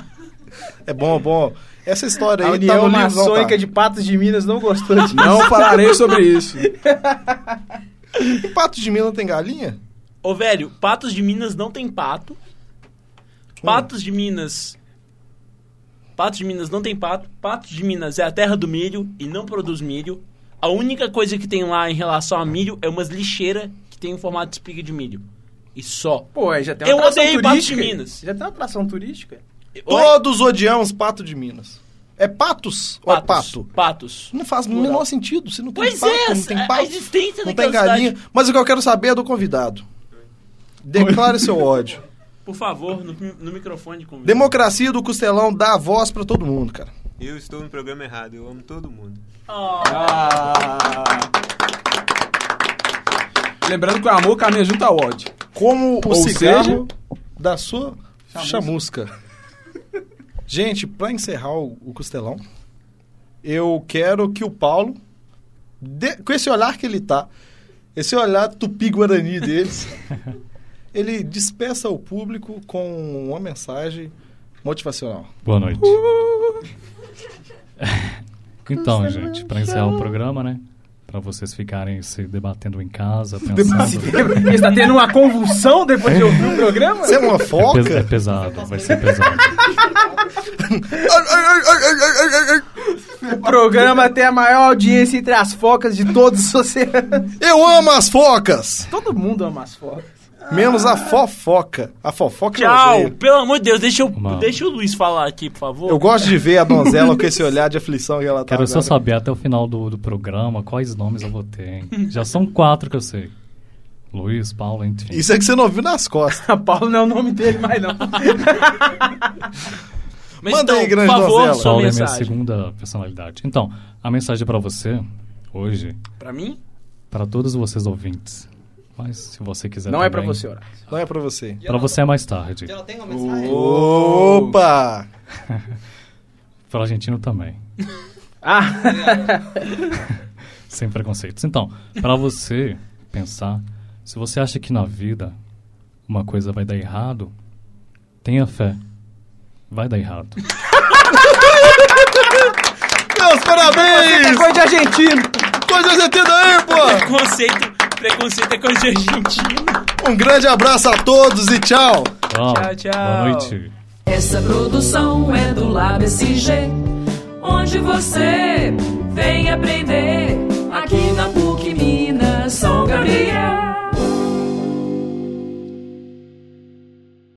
É bom, bom. Essa história aí A tá no União livro, não Maçônica tá. de Patos de Minas não gostou disso. Não falarei sobre isso. E Pato de Minas tem galinha? Ô, velho, Patos de Minas não tem pato. Hum. Patos de Minas. Patos de Minas não tem pato. Patos de Minas é a terra do milho e não produz milho. A única coisa que tem lá em relação a milho é umas lixeiras que tem o formato de espiga de milho. E só. Pô, aí já tem uma Eu atração odeio Patos de turística. Minas. Já tem uma atração turística. Oi? Hum. Todos odiamos Pato de Minas. É patos, ou é pato? Patos. Não faz o menor sentido. Se não tem Pois pato, é, não tem a- pato, a existência não tem daquela galinha. é cidade. Mas o que eu quero saber é do convidado. Declare seu ódio. Por favor, no, no microfone comigo. Democracia do Costelão dá a voz pra todo mundo, cara. Eu estou no programa errado, eu amo todo mundo. Ah. Lembrando que o amor caminha junto ao ódio. Como o Ou cigarro da sua chamusca. Gente, pra encerrar o, o costelão, eu quero que o Paulo, de- com esse olhar que ele tá, esse olhar tupi-guarani deles, ele despeça o público com uma mensagem motivacional. Boa noite. Então, gente, pra encerrar o programa, né? Pra vocês ficarem se debatendo em casa, pensando. Ele tá tendo uma convulsão depois de ouvir o programa? Você é uma É pes- é foca? pesado, vai ser pesado. O programa tem a maior audiência entre as focas de todos os oceanos. Eu amo as focas! Todo mundo ama as focas. Menos a fofoca. A fofoca eu Tchau. odeio. Pelo amor de Deus, deixa eu, Uma- deixa o Luiz falar aqui, por favor. Eu gosto de ver a donzela com esse olhar de aflição que ela tá Quero só agora. saber até o final do, do programa quais nomes eu vou ter, hein? Já são quatro que eu sei. Luiz, Paulo, enfim. Isso é que você não viu nas costas. A Paulo não é o nome dele mais, não. Mas Manda então, aí, grande por favor, donzela. sua Paulo é minha mensagem. segunda personalidade. Então, a mensagem pra você, hoje, Pra mim? pra todos vocês ouvintes. Mas se você quiser Não é pra também- você, Horácio. Não é pra você. Pra você é mais tarde. Eu não tenho uma mensagem. Opa! Pro argentino também. Ah, Sem preconceitos. Então, pra você pensar, se você acha que na vida uma coisa vai dar errado, tenha fé. Vai dar errado. Meus é parabéns! coisa de argentino. tá Coisa argentina aí, pô! Preconceito, preconceito é coisa de argentino. Um grande abraço a todos e tchau! Tchau, tchau. Boa noite. Essa produção é do LabSG, onde você